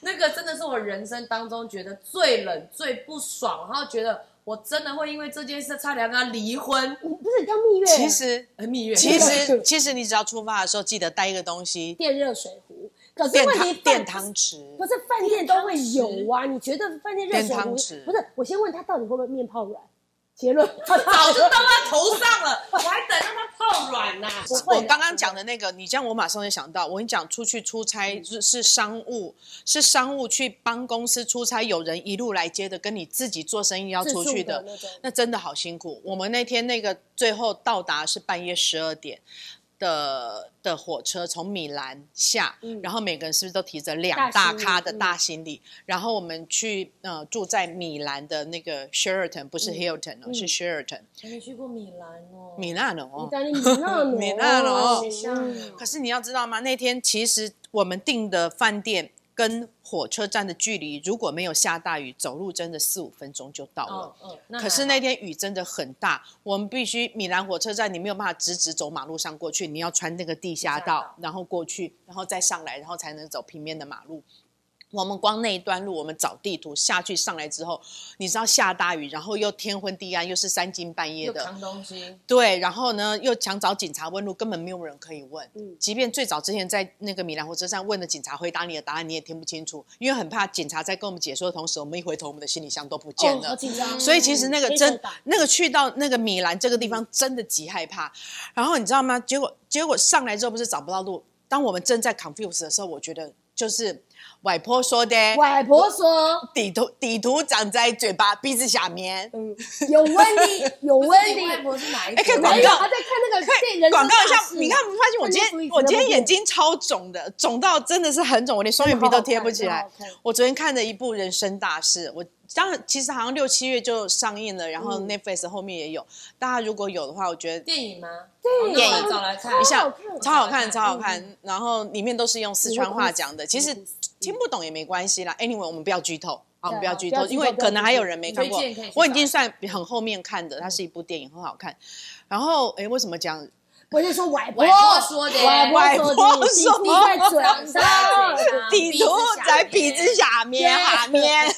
D: 那个真的是我人生当中觉得最冷、最不爽，然后觉得我真的会因为这件事差点要跟他离婚。
C: 你不是你刚蜜月，
B: 其实
D: 呃蜜月，
B: 其实，其实你只要出发的时候，记得带一个东西，
C: 电热水壶，可是
B: 电
C: 问
B: 汤
C: 题
B: 电
C: 饭
B: 汤匙。
C: 不是饭店都会有啊？你觉得饭店热水
B: 电
C: 壶
B: 汤匙
C: 不是？我先问他到底会不会面泡软？结论
D: 早就到他头上了，我还等让他泡软呐、
C: 不会
B: 我
C: 啦
B: 刚刚讲的那个，你这样我马上就想到。我跟你讲，出去出差是是商务，是商务去帮公司出差，有人一路来接的，跟你自己做生意要出去
C: 自助的那种
B: 那真的好辛苦。我们那天那个最后到达是半夜十二点，的的火车从米兰下，
C: 嗯
B: 然后每个人是不是都提着两
C: 大
B: 大
C: 行李
B: 咖的
C: 嗯
B: 大行李？然后我们去呃住在米兰的那个 Sheraton，不是
C: 嗯
B: Hilton 哦，
C: 嗯
B: 是 Sheraton，
D: 我没去过米兰哦，
B: 米兰哦。
C: 意大利米 纳罗，
B: 米纳罗
C: 米纳罗
B: 可是你要知道吗？那天其实我们订的饭店跟火车站的距离，如果没有下大雨，走路真的四五分钟就到了。
D: 哦哦，那
B: 可是
D: 还
B: 那
D: 好
B: 天雨真的很大，我们必须米兰火车站，你没有办法直直走马路上过去，你要穿那个地下
D: 地下
B: 道，
D: 道
B: 然后过去，然后再上来，然后才能走平面的马路。我们光那一段路，我们找地图下去，上来之后，你知道下大雨，然后又天昏地暗，又是三更半夜
D: 又
B: 的，
D: 扛东西，
B: 对，然后呢，又想找警察问路，根本没有人可以问。
C: 嗯
B: 即便最早之前在那个米兰火车站问的警察回答你的答案，你也听不清楚，因为很怕警察在跟我们解说的同时，我们一回头，我们的行李箱都不见
C: 哦，
B: 了。
C: 好紧张。
B: 所以其实那个
C: 嗯非
B: 真
C: 常嗯大
B: 那个去到那个米兰这个地方真的极害怕，然后你知道吗？结果结果上来之后不是找不到路，当我们正在 confuse 的时候，我觉得就是外婆说的，
C: 外婆说
B: 底图底图长在嘴巴鼻子下面，
C: 有问题，有问
D: 你
C: 题。
D: 外婆是哪一
B: 哎可以
D: 国
B: 广
C: 没
B: 告
C: 有，他在看那个电人生
B: 广告一
C: 大
B: 下，
C: 事
B: 你看我发现我今
C: 穿衣
B: 天
C: 服
B: 我今
C: 一
B: 天
C: 直都不
B: 眼
C: 变
B: 睛超肿的，肿到真的是很肿，我连双眼皮都贴不起
C: 真的好
B: 来
C: 好看真的好。
B: 我昨天看了一部《人生大事》，我当然其实好像六七月就上映了，然后
C: 嗯
B: Netflix 后面也有，大家如果有的话，我觉得
D: 电影吗？
C: 对
B: 电
D: 电
B: 影
D: 影找来看
B: 一
C: 一
B: 下
C: 下
B: 超好看，超好看。然后里面都是用四川话讲的，其实
C: 嗯
B: 听不懂也没关系啦。Anyway，我们不要剧透。啊，我们不
C: 对
B: 要
C: 啊
B: 剧
C: 不要
B: 透，
C: 剧
B: 因
C: 透
B: 为
C: 不要
B: 可能
C: 剧
B: 还有
C: 透
B: 人没看过
D: 推荐可以去。
B: 我已经
D: 找
B: 算很后面看的，它是一部电影，很好看。然后，哎，为什么讲
C: 我是说外婆
D: 外婆说的
C: 外婆
B: 外
C: 说
B: 婆
C: 的，
B: 说
C: 你在嘴 上。
B: 底图在鼻子下面
C: 对
B: 下面。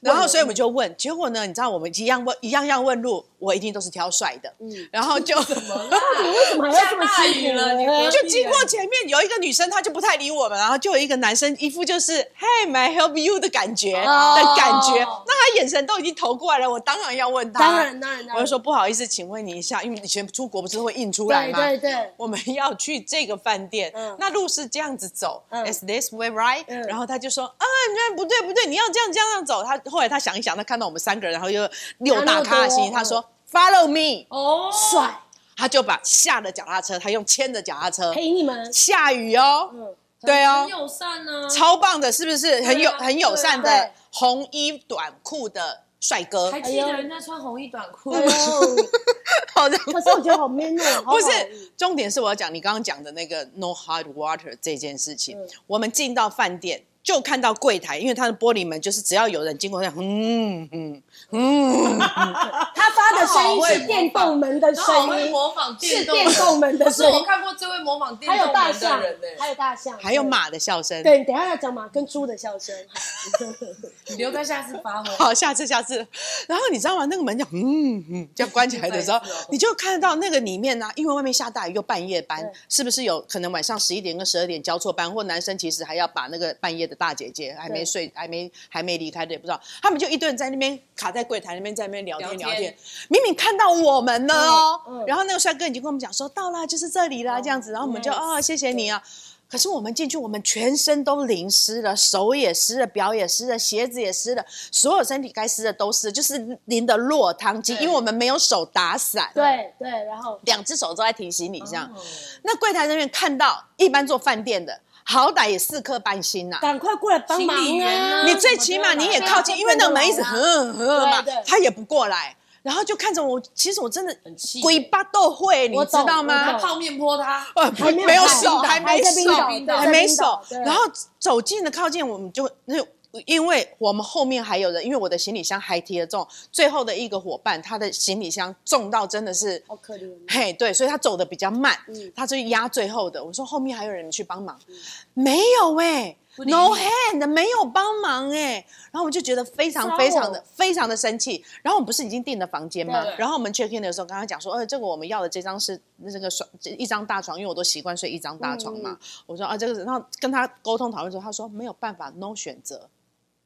B: 然后，
C: 问
B: 所以我们就问，结果呢？你知道我们一样问，一样要问路，我一定都是挑帅的。
C: 嗯
B: 然后 就
C: 为什么还要这么
D: 下大
C: 辛
D: 雨
C: 苦
D: 了你
C: 呢？
B: 就经过前面有一个女生，她就不太理我们，然后就有一个男生一副就是 Hey, may I help you 的感觉、
C: 哦
B: 的感觉。那他眼神都已经投过来了，我当然要问他。
C: 当然，当然，当然
B: 我就说不好意思，请问你一下，因为以前出国不是会印出来
C: 对
B: 吗？
C: 对对，
B: 我们要去这个饭店，
C: 嗯
B: 那路是这样子走、
C: 嗯
B: i s this way right？、
C: 嗯
B: 然后他就说啊，那不对不对，你要这样这样这样走。他后来他想一想，他看到我们三个人，然后又六大咖的行李，
C: 嗯
B: 他说 Follow me，、
D: 哦，
C: 帅
B: 他就把下了脚踏车，他用牵着脚踏车，
C: 陪你们，
B: 下雨哦，
C: 嗯，
B: 对哦
D: 很，友善啊呢，
B: 超棒的，是不是？很友、
D: 对啊
B: 很友善
C: 啊对啊
B: 的
C: 对
B: 红衣短裤的帅哥，
D: 还记得人家穿红衣短裤
C: 哎，呦，
B: 好的。
C: 可是我觉得好 man 哦，好好
B: 哦不是，重点是我要讲你刚刚讲的那个 no hard water 这件事情。
C: 嗯
B: 我们进到饭店就看到柜台，因为它的玻璃门就是只要有人经过，它嗯嗯嗯，
C: 他发的声音是电动门的
D: 然后
C: 声
D: 会
C: 音，
D: 模仿
C: 是
D: 电动
C: 电动门的
D: 可是
C: 声
D: 我
C: 音，
D: 看过最会模仿电
C: 还有
D: 动
C: 大
D: 门
C: 象
D: 的人欸呢，，
C: 还有大象，
B: 还有马的笑声。
C: 对。对，等一下要讲马跟猪的笑声，
D: 你留在下次发挥。
B: 好，下次下次。然后你知道吗？那个门叫嗯嗯，这样关起来的时候
D: 再一次哦，
B: 你就看到那个里面呢、因为外面下大雨又半夜班
C: 对，
B: 是不是有可能晚上十一点跟十二点交错班，或男生其实还要把那个半夜的大姐姐还没
C: 对
B: 睡、还没还没离开的也不知道，他们就一堆人在那边卡在柜台那边在那边聊天
D: 聊
B: 聊
D: 天
B: 天，明明看到我们了哦，
C: 嗯嗯
B: 然后那个帅哥已经跟我们讲说到啦，就是这里啦、这样子，然后我们就
C: nice
B: 哦谢谢你啊。可是我们进去，我们全身都淋湿了，手也湿了，表也湿了，鞋子也湿了，所有身体该湿的都湿，就是淋的落汤鸡，
D: 对
B: 因为我们没有手打伞，，啊
C: 对对，然后
B: 两只手都在提醒你这样。
D: 哦
B: 那柜台人员看到，一般做饭店的，好歹也四颗半星呐、
C: 赶快过来帮忙
D: 心理员
C: 啊
D: 啊！
B: 你最起码你也靠近，
C: 对啊
B: 因为那个门一直哼哼嘛
C: 对对，
B: 他也不过来，然后就看着我，其实我真的
D: 很气
B: 鬼巴豆会，你
C: 我
B: 知
C: 懂
B: 道
C: 我
B: 吗
D: 拿
C: 懂？
D: 泡面泼他，
B: 呃，
C: 还没有
B: 没有
C: 看
B: 手，
C: 冰
B: 还
C: 岛
B: 没
C: 还在
B: 手
C: 冰岛，对
B: 还没
C: 在冰
B: 手
C: 岛。对
B: 然后走近的靠近，我们就那个。因为我们后面还有人，因为我的行李箱还提得重，最后的一个伙伴他的行李箱重到真的是，
C: 好可怜，啊
B: 嘿，对，所以他走的比较慢，
C: 嗯
B: 他就压最后的。我说后面还有人去帮忙，没有哎、
D: 不理你
B: n o hand，没有帮忙哎、然后我就觉得非常
C: 糟
B: 非常的非常的生气。然后我们不是已经订了房间吗
D: 对？
B: 然后我们 check in 的时候，刚刚讲说，呃，这个我们要的这张是那个双这一张大床，因为我都习惯睡一张大床
C: 嗯
B: 嘛。我说啊，这个是，然后跟他沟通讨论之后，他说没有办法，no 选择。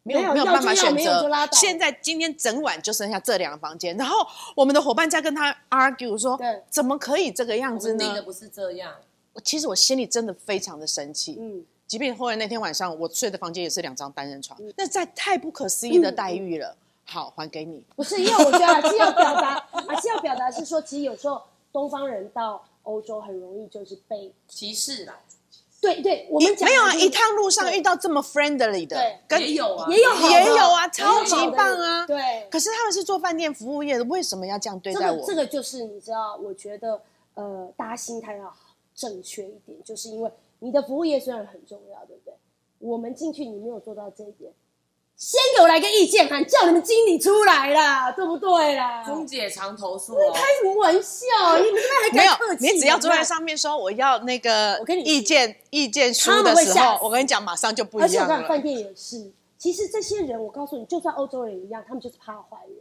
B: 没有
C: 没有
B: 没有
C: 要
B: 办法
C: 就要
B: 选
C: 没有
B: 择
C: 就拉，倒
B: 现在今天整晚就剩下这两个房间，然后我们的伙伴在跟他 argue 说
C: 对，
B: 怎么可以这个样
D: 我
B: 子
D: 们定
B: 呢
D: 的？不是这样，
B: 我其实我心里真的非常的生气，
C: 嗯，
B: 即便后来那天晚上我睡的房间也是两张单人床，
C: 嗯
B: 那在太不可思议的待遇了。好，还给你。
C: 不是，因为我觉得还是要表达，还是要表达是说，其实有时候东方人到欧洲很容易就是被
D: 歧视啦，
C: 对对，我们讲
B: 没有
C: 的
B: 啊，
C: 就是
B: 一趟路上遇到这么 friendly 的
C: 对，
B: 跟
D: 也有啊，
C: 也有好的
B: 也有啊，
C: 也有好
B: 超
C: 的
B: 级棒啊！
C: 对，
B: 可是他们是做饭店服务业的，为什么要这样对
C: 这
B: 待
C: 个
B: 我
C: 这？个就是你知道，我觉得呃，大家心态要正确一点，就是因为你的服务业虽然很重要，对不对？我们进去你没有做到这一点，先给我来个意见函，叫你们经理出来啦，对不对啦？
D: 空姐常投诉哦，
C: 开什么玩笑？你们那 还
B: 没有
C: 敢客，气？
B: 你只要坐在，上面说我要那个
C: 我跟你
B: 意见意见书
C: 他
B: 的
C: 们会
B: 时
C: 吓
B: 候，
C: 死
B: 我跟你讲，马上就不
C: 而
B: 一
C: 且我
B: 样
C: 告诉你，
B: 了。
C: 饭店也是。其实这些人，我告诉你，就算欧洲人一样，他们就是怕坏人。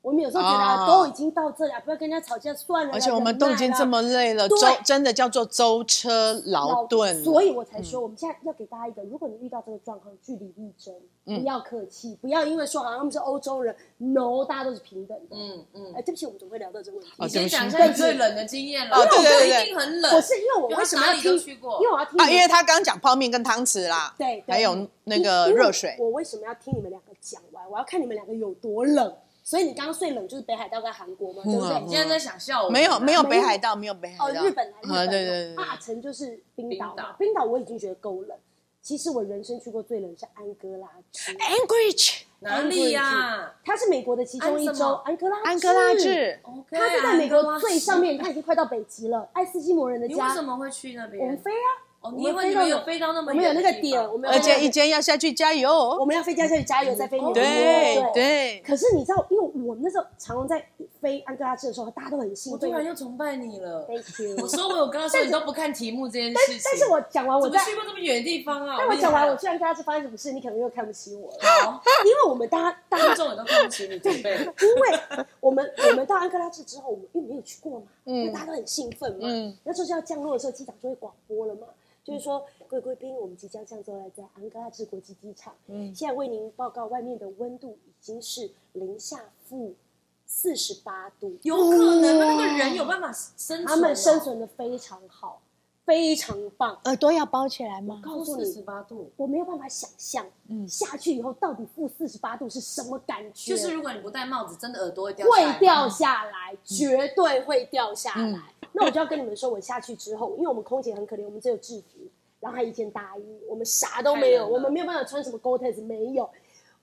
C: 我们有时候觉得、啊
B: 哦
C: 都已经到这了，不要跟人家吵架算了啦。
B: 而且我们
C: 忍
B: 都
C: 耐
B: 已经
C: 啦
B: 这么累了，
C: 对
B: 舟真的叫做舟车劳顿了。嗯
C: 所以我才说，我们现在要给大家一个，如果你遇到这个状况，据理力争，
B: 嗯
C: 不要客气，不要因为说好像他们是欧洲人，no，大家都是平等的。
D: 嗯嗯，
C: 哎，对不起，我们怎么会聊到这个问题？
B: 哦
D: 你先讲一下
C: 对不
D: 你
C: 起
D: 最冷的经验了，
B: 哦对对对
D: 因为我
B: 对
D: 一定很冷，
C: 我是因为我为什么要
D: 因为他
C: 听？
D: 哪里都去过
C: 因为我要听你
B: 啊，
C: 们
B: 因为他刚讲泡面跟汤匙啦，
C: 对，对
B: 还有那
C: 因
B: 个
C: 因为
B: 热水，
C: 我为什么要听你们两个讲完？我要看你们两个有多冷。所以你刚刚最冷就是北海道跟韩国嘛，对不
B: 嗯啊
C: 对
D: 你？现在在想笑我？
B: 没有没有
C: 没
B: 北
C: 有
B: 海道，没有北海
C: 哦，
B: 道，
C: 日本来日本
B: 啊，
C: 嘛，
B: 对对对对，
C: 大城就是冰岛
D: 冰岛
C: 嘛，冰岛我已经觉得够冷。其实我人生去过最冷是安哥拉之
B: Anchorage，
D: 哪里呀？
C: 它是美国的其中一
D: 安什
C: 州
D: 么，
C: 安哥拉治
B: 安哥拉，治，
D: OK，
C: 它是在美国最上面，它已经快到北极了。爱斯基摩人的
D: 你为
C: 家
D: 什，么会去那边？
C: 我们飞啊，
D: 哦，
C: 我
D: 你以
C: 们
D: 为你
C: 飞
D: 们
C: 到
D: 有飞到那么
C: 我们有
D: 远
C: 那
D: 的
C: 个
D: 地方
C: 点，我们有
B: 而
C: 那
B: 且
C: 个
B: 一间要下去加油
C: 我，们要飞加下去加油，再飞美国。
B: 对
C: 对。
B: 对，
C: 可是你知道，因为我们那时候常常在飞安哥拉治的时候，大家都很兴
D: 我
C: 奋
D: 突。然又崇拜你了。
C: Thank
D: 我
C: you。
D: 说我有跟他说你都不看题目这件事情，
C: 但是我讲完我
D: 怎么
C: 在，
D: 去过这么远的地方啊？
C: 但我讲完我
D: 去
C: 居然跟他去发生什么事，你可能又看不起我了。
D: 好，
C: 因为我们大家大
D: 观
C: 家
D: 众也都看不起你，准备。
C: 因为我们我们到安哥拉治之后，我们因为没有去过嘛，
B: 嗯
C: 那大家都很兴奋嘛。
B: 嗯
C: 那就是要降落的时候，机长就会广播了嘛，就是说各位贵宾，我们即将降落在安哥拉治国际机场。嗯，现在为您报告，外面的温度已经是零下负四十八度，
D: 有可能那个人有办法生存哦，
C: 他们生存的非常好，非常棒。
B: 耳朵要包起来吗？
C: 告诉
D: 四十
C: 你，
D: 八度，
C: 我没有办法想象，下去以后到底负四十八度是什么感觉？
D: 嗯就是如果你不戴帽子，真的耳朵会
C: 会掉
D: 掉下来，
C: 下来，绝对会掉下来。
D: 嗯
C: 那我就要跟你们说，我下去之后，因为我们空姐很可怜，我们只有制服，然后还有一件大衣，我们啥都没
D: 太
C: 有，
D: 冷
C: 我
D: 了
C: 们没有办法穿什么 Gore-Tex，没有。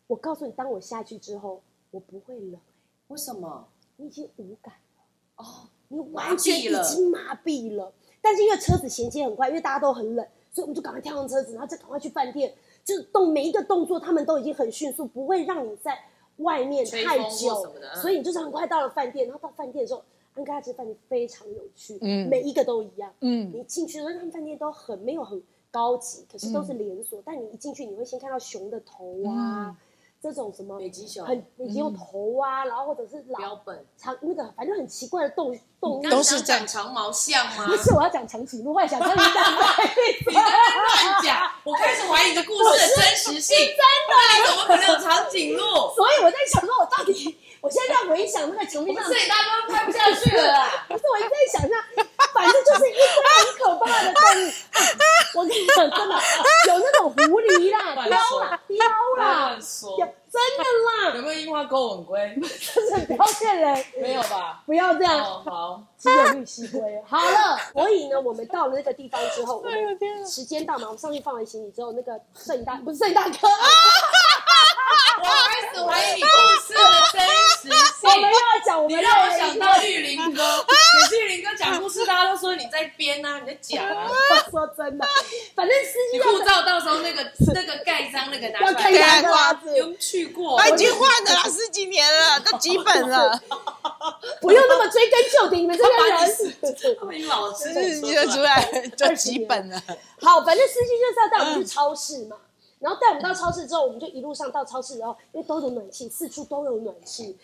C: 我告诉你，当我下去之后，我不会冷，
D: 为什么？
C: 你已经无感了，
D: 哦，
C: 你完全
D: 麻
C: 已
D: 痹了
C: 经麻痹了。但是因为车子衔接很快，因为大家都很冷，所以我们就赶快跳上车子，然后再赶快去饭店。这动每一个动作，他们都已经很迅速，不会让你在外面
D: 吹
C: 太
D: 风或什
C: 久
D: 么的，嗯
C: 所以你就是很快到了饭店。然后到饭店的时候，安哥拉这饭店非常有趣，
B: 嗯
C: 每一个都一样。
B: 嗯，
C: 你进去的时候，他们饭店都很没有很高级，可是都是连锁。但你一进去，你会先看到熊的头啊，这种什么
D: 北极熊
C: 很北极熊头啊，然后或者是
D: 标
C: 老
D: 本，
C: 长那个反正很奇怪的动动物。
B: 都是
D: 你刚刚讲长毛象吗？
C: 不是我要讲长颈鹿，我还想讲你讲
D: 你在
C: 啊
D: 那乱讲，我开始怀疑你的故事的真实性。真的，怎么可能有长颈鹿？
C: 所以我在想说，我到底，我现在在回想那个 墙壁上，
D: 所以大家都拍不下去了啦。
C: 不是我一直在想象，反正就是一堆很可怕的动物。 我跟你讲，真的有那种狐狸啦、
D: 乱
C: 雕
D: 说
C: 啦、雕啦
D: 乱，说
C: 有，真的
D: 有
C: 啦，
D: 没有樱花勾吻龟？
C: 就是不要骗人，
D: 没有吧？
C: 不要这样，
D: 哦，好，
C: 只有绿西龟。好了，所以呢，我们到了那个地方之后，我们时间到嘛，我们上去放完行李之后，那个摄影大不是摄影大 哥。
D: 我开始怀疑你故事的真实
C: 我们
D: 性。
C: 要讲，我
D: 你
C: 们
D: 让我
C: 要
D: 想到玉林哥，可是玉林哥讲故事，大家都说你在编啊，你在讲啊。
C: 说真的，反正司机
D: 你
C: 要
D: 护照到时候那个那个盖章那个拿
C: 要
D: 出
C: 看
D: 来，
C: 牙花子，
D: 有去
C: 哦
D: 过？
B: 他已经换了啦，十几年了，都几本 了，
C: 不用那么追根究底，你们这些人。
D: 他们老师
B: 是你的出来就几本了，
C: 好，反正司机就是要带我们去超市嘛。然后带我们到超市之后，我们就一路上到超市，然后因为都有暖气，四处都有暖气。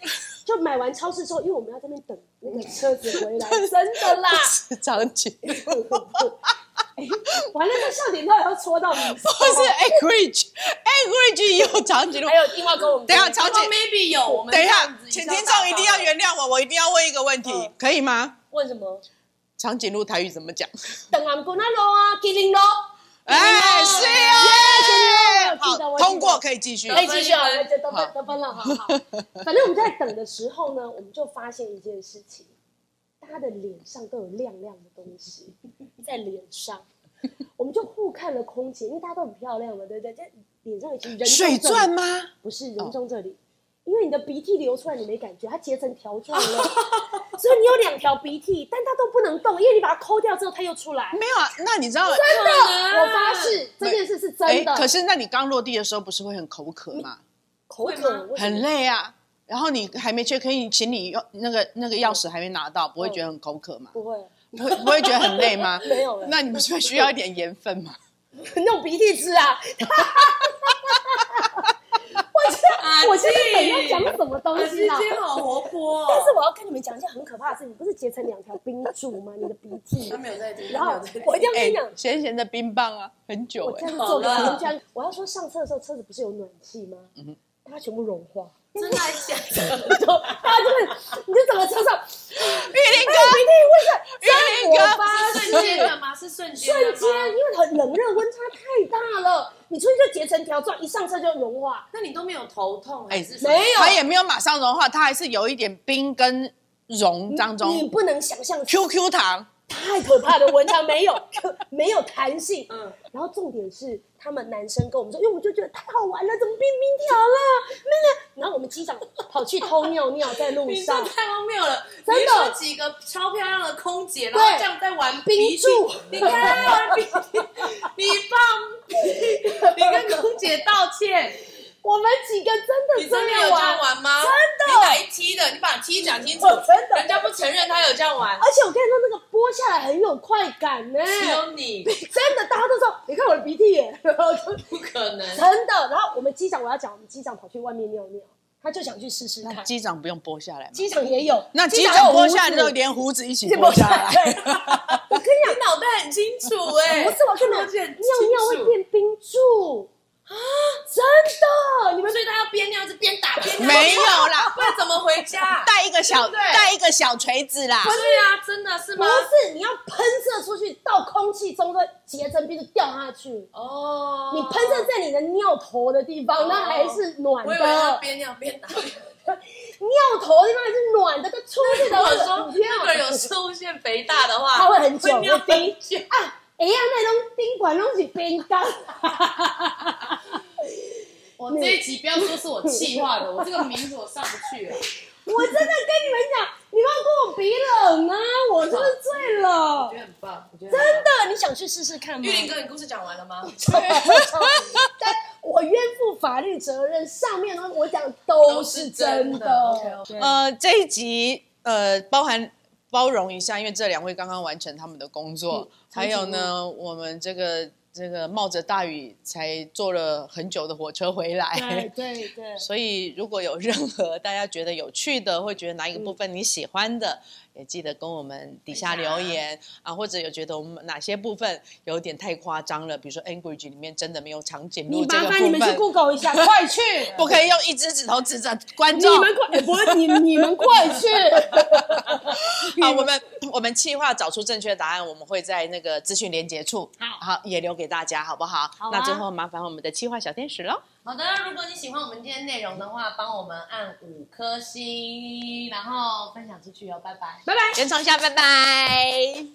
C: 就买完超市之后，因为我们要在那边等那个车子回来，真的啦。
B: 是长颈鹿，
C: 哎完了，这笑点到底要戳到你。
B: 不是 Anchorage，Anchorage 也有长颈鹿
C: 还。有樱花跟我们
B: 等一下，
D: 好
B: 长颈
D: 像 maybe 有我们
B: 等一
D: 这
B: 下
D: 样子，
B: 请
D: 到
B: 听
D: 大
B: 众一定要
D: 纲
B: 原谅我，我一定要问一个问题，
C: 嗯
B: 可以吗？
C: 问什么？
B: 长颈鹿台语怎么讲？
C: 等俺过那路啊，吉林路。
B: 哎，是
C: 嗯耶
B: 啊，
C: 我记得
B: 好，
C: 我记得
B: 通过可以继续。
C: 哎，继续啊，我们就得分 得分了，好好。反正我们在等的时候呢，我们就发现一件事情，大他的脸上都有亮亮的东西在脸上，我们就互看了空姐，因为大家都很漂亮嘛，对不对？在脸上有其实人
B: 水
C: 中这里
B: 钻吗？哦
C: 不是人中这里，因为你的鼻涕流出来你没感觉，它结成条状 了，所以你有两条鼻涕，但它都不能动，因为你把它抠掉之后它又出来。
B: 没有啊，那你知道？哎
C: 我发誓这件事是真的。
B: 可是那你刚落地的时候不是会很口渴吗？
C: 口渴为什么
B: 很累啊。然后你还没 check in，行李用那个那个钥匙还没拿到，不会觉得很口渴吗？
C: 不会，
B: 不会不会觉得很累吗？
C: 嗯没有了
B: 那你不是会需要一点盐分 吗？
C: 弄鼻涕吃啊！我现在 我现在本来要讲什么东西 啦？
D: 好活泼哦
C: 但是我要跟你们讲一件很可怕的事情，不是结成两条冰柱吗？你的鼻 涕，
D: 没有在听，
C: 然后我一定要跟你讲，
B: 哎咸咸的冰棒啊，很久
C: 我这
B: 哎、
C: 样做的时候，这样我要说上车的时候，车子不是有暖气吗？嗯，它全部融化，
D: 真的还假 的？
C: 大家就是，你就整个车上哎
B: 玉林哥， 玉林
C: 我
B: 哥，
C: 发
D: 瞬
C: 誓
D: 间的吗？是瞬间的
C: 瞬
D: 吗
C: 间，因为很冷热温差太大了，你出去就结成条状，一上车就融化。
D: 那你都没有头痛
B: 哎
D: 还是什么
C: 没有
B: 它也没有马上融化，它还是有一点冰跟融当
C: 你
B: 中。
C: 不能想象
B: QQ 糖，
C: 太可怕的温差，没 有没有弹性。
D: 嗯
C: 然后重点是，他们男生跟我们说，因为我们就觉得太好玩了，怎么变冰条了？那个，然后我们机长跑去偷尿尿在 路
D: 你
C: 上
D: 这，太荒谬了！
C: 真的
D: 你说几个超漂亮的空姐，然后
C: 对
D: 这样在玩
C: 冰柱
D: 皮筋你 看，啊你你放屁，你跟空姐道歉，
C: 我们几个真
D: 你
C: 的
D: 真的有
C: 的
D: 这
C: 玩
D: 样。玩吗？
C: 真的
D: 你哪一期的？你把期讲清楚
C: 我，真的
D: 人家不承认他有这样玩，
C: 而且我跟你说，那个剥下来很有快 感呢、
D: 只 有你，
C: 真的，大家都说，你看我的鼻涕耶， 然后就
D: 不可能。
C: 真的。然后我们机长，我要讲，我们机长跑去外面尿尿，他就想去试试
B: 那
C: 看。
B: 机长不用剥下来吗？
C: 机长也有，
B: 那机
C: 机长
B: 长
C: 有
B: 剥下来
C: 胡
B: 之
C: 子
B: 后，连胡子一起
C: 是
B: 剥
C: 剥
B: 下
C: 下
B: 来。
C: 来。 我跟你讲，
D: 脑袋很清楚 哎、
C: 不是我跟你
D: 脑
C: 讲，
D: 子很清
C: 尿尿会
D: 楚，
C: 变冰柱啊！真的，你们
D: 所以他要边尿是边打边尿，
B: 没有啦，
D: 不然怎么回家？
B: 带一个小
D: 对不对
B: 带一个小锤子啦。
D: 对啊，真的是
C: 不
D: 吗？
C: 是你要喷射出去到空气中的结成冰就掉下去，你
D: 哦，
C: 喷射在你的尿头的地方，
D: 哦
C: 那还是暖
D: 我
C: 的
D: 以为。他边尿边打。
C: 尿头的地方还是暖的，它出去的
D: 如果
C: 那
D: 说
C: 个
D: 那个有出现肥大的话，
C: 它会很久
D: 会尿
C: 会
D: 很久。
C: 啊，哎呀，那种宾馆拢是冰缸，
D: 我这一集不要说是我气 化的，我这个名字我上不去了。
C: 我真的跟你们讲，你们要跟我比冷啊，我是不是醉
D: 我
C: 了
D: 觉？得很棒，我觉得
C: 真
D: 很棒。
C: 的，你想去试试看吗？
D: 玉林哥，你故事讲完了吗？
C: 但我愿负法律责任，上面呢我讲都是真
D: 都是真的
C: 的。
B: 呃，这一集呃包含包容一下，因为这两位刚刚完成他们的工作，
C: 嗯
B: 还有呢，我们这个这个冒着大雨才坐了很久的火车回
C: 对
B: 来。
C: 对 对，
B: 所以，如果有任何大家觉得有趣的，或觉得哪一个部分你喜欢的，也记得跟我们底下留言啊，或者有觉得我们哪些部分有点太夸张了，比如说 Angry 里面真的没有长颈鹿
C: 你
B: 这
C: 麻
B: 个
C: 烦你
B: 部
C: 们去
B: 分，
C: Google 一下，快去！
B: 不可以用一只指头指着观
C: 你
B: 众。
C: 们快，哎不是你你们快去！
B: 啊，我们我们计划找出正确答案，我们会在那个资讯连接处，好，也留给大家，好不好？
C: 好啊
B: 那最后麻烦我们的计划小天使喽，
D: 好的，如果你喜欢我们今天内容的话，帮我们按五颗星，然后分享出去哦，拜拜。
B: 延长一下，拜拜。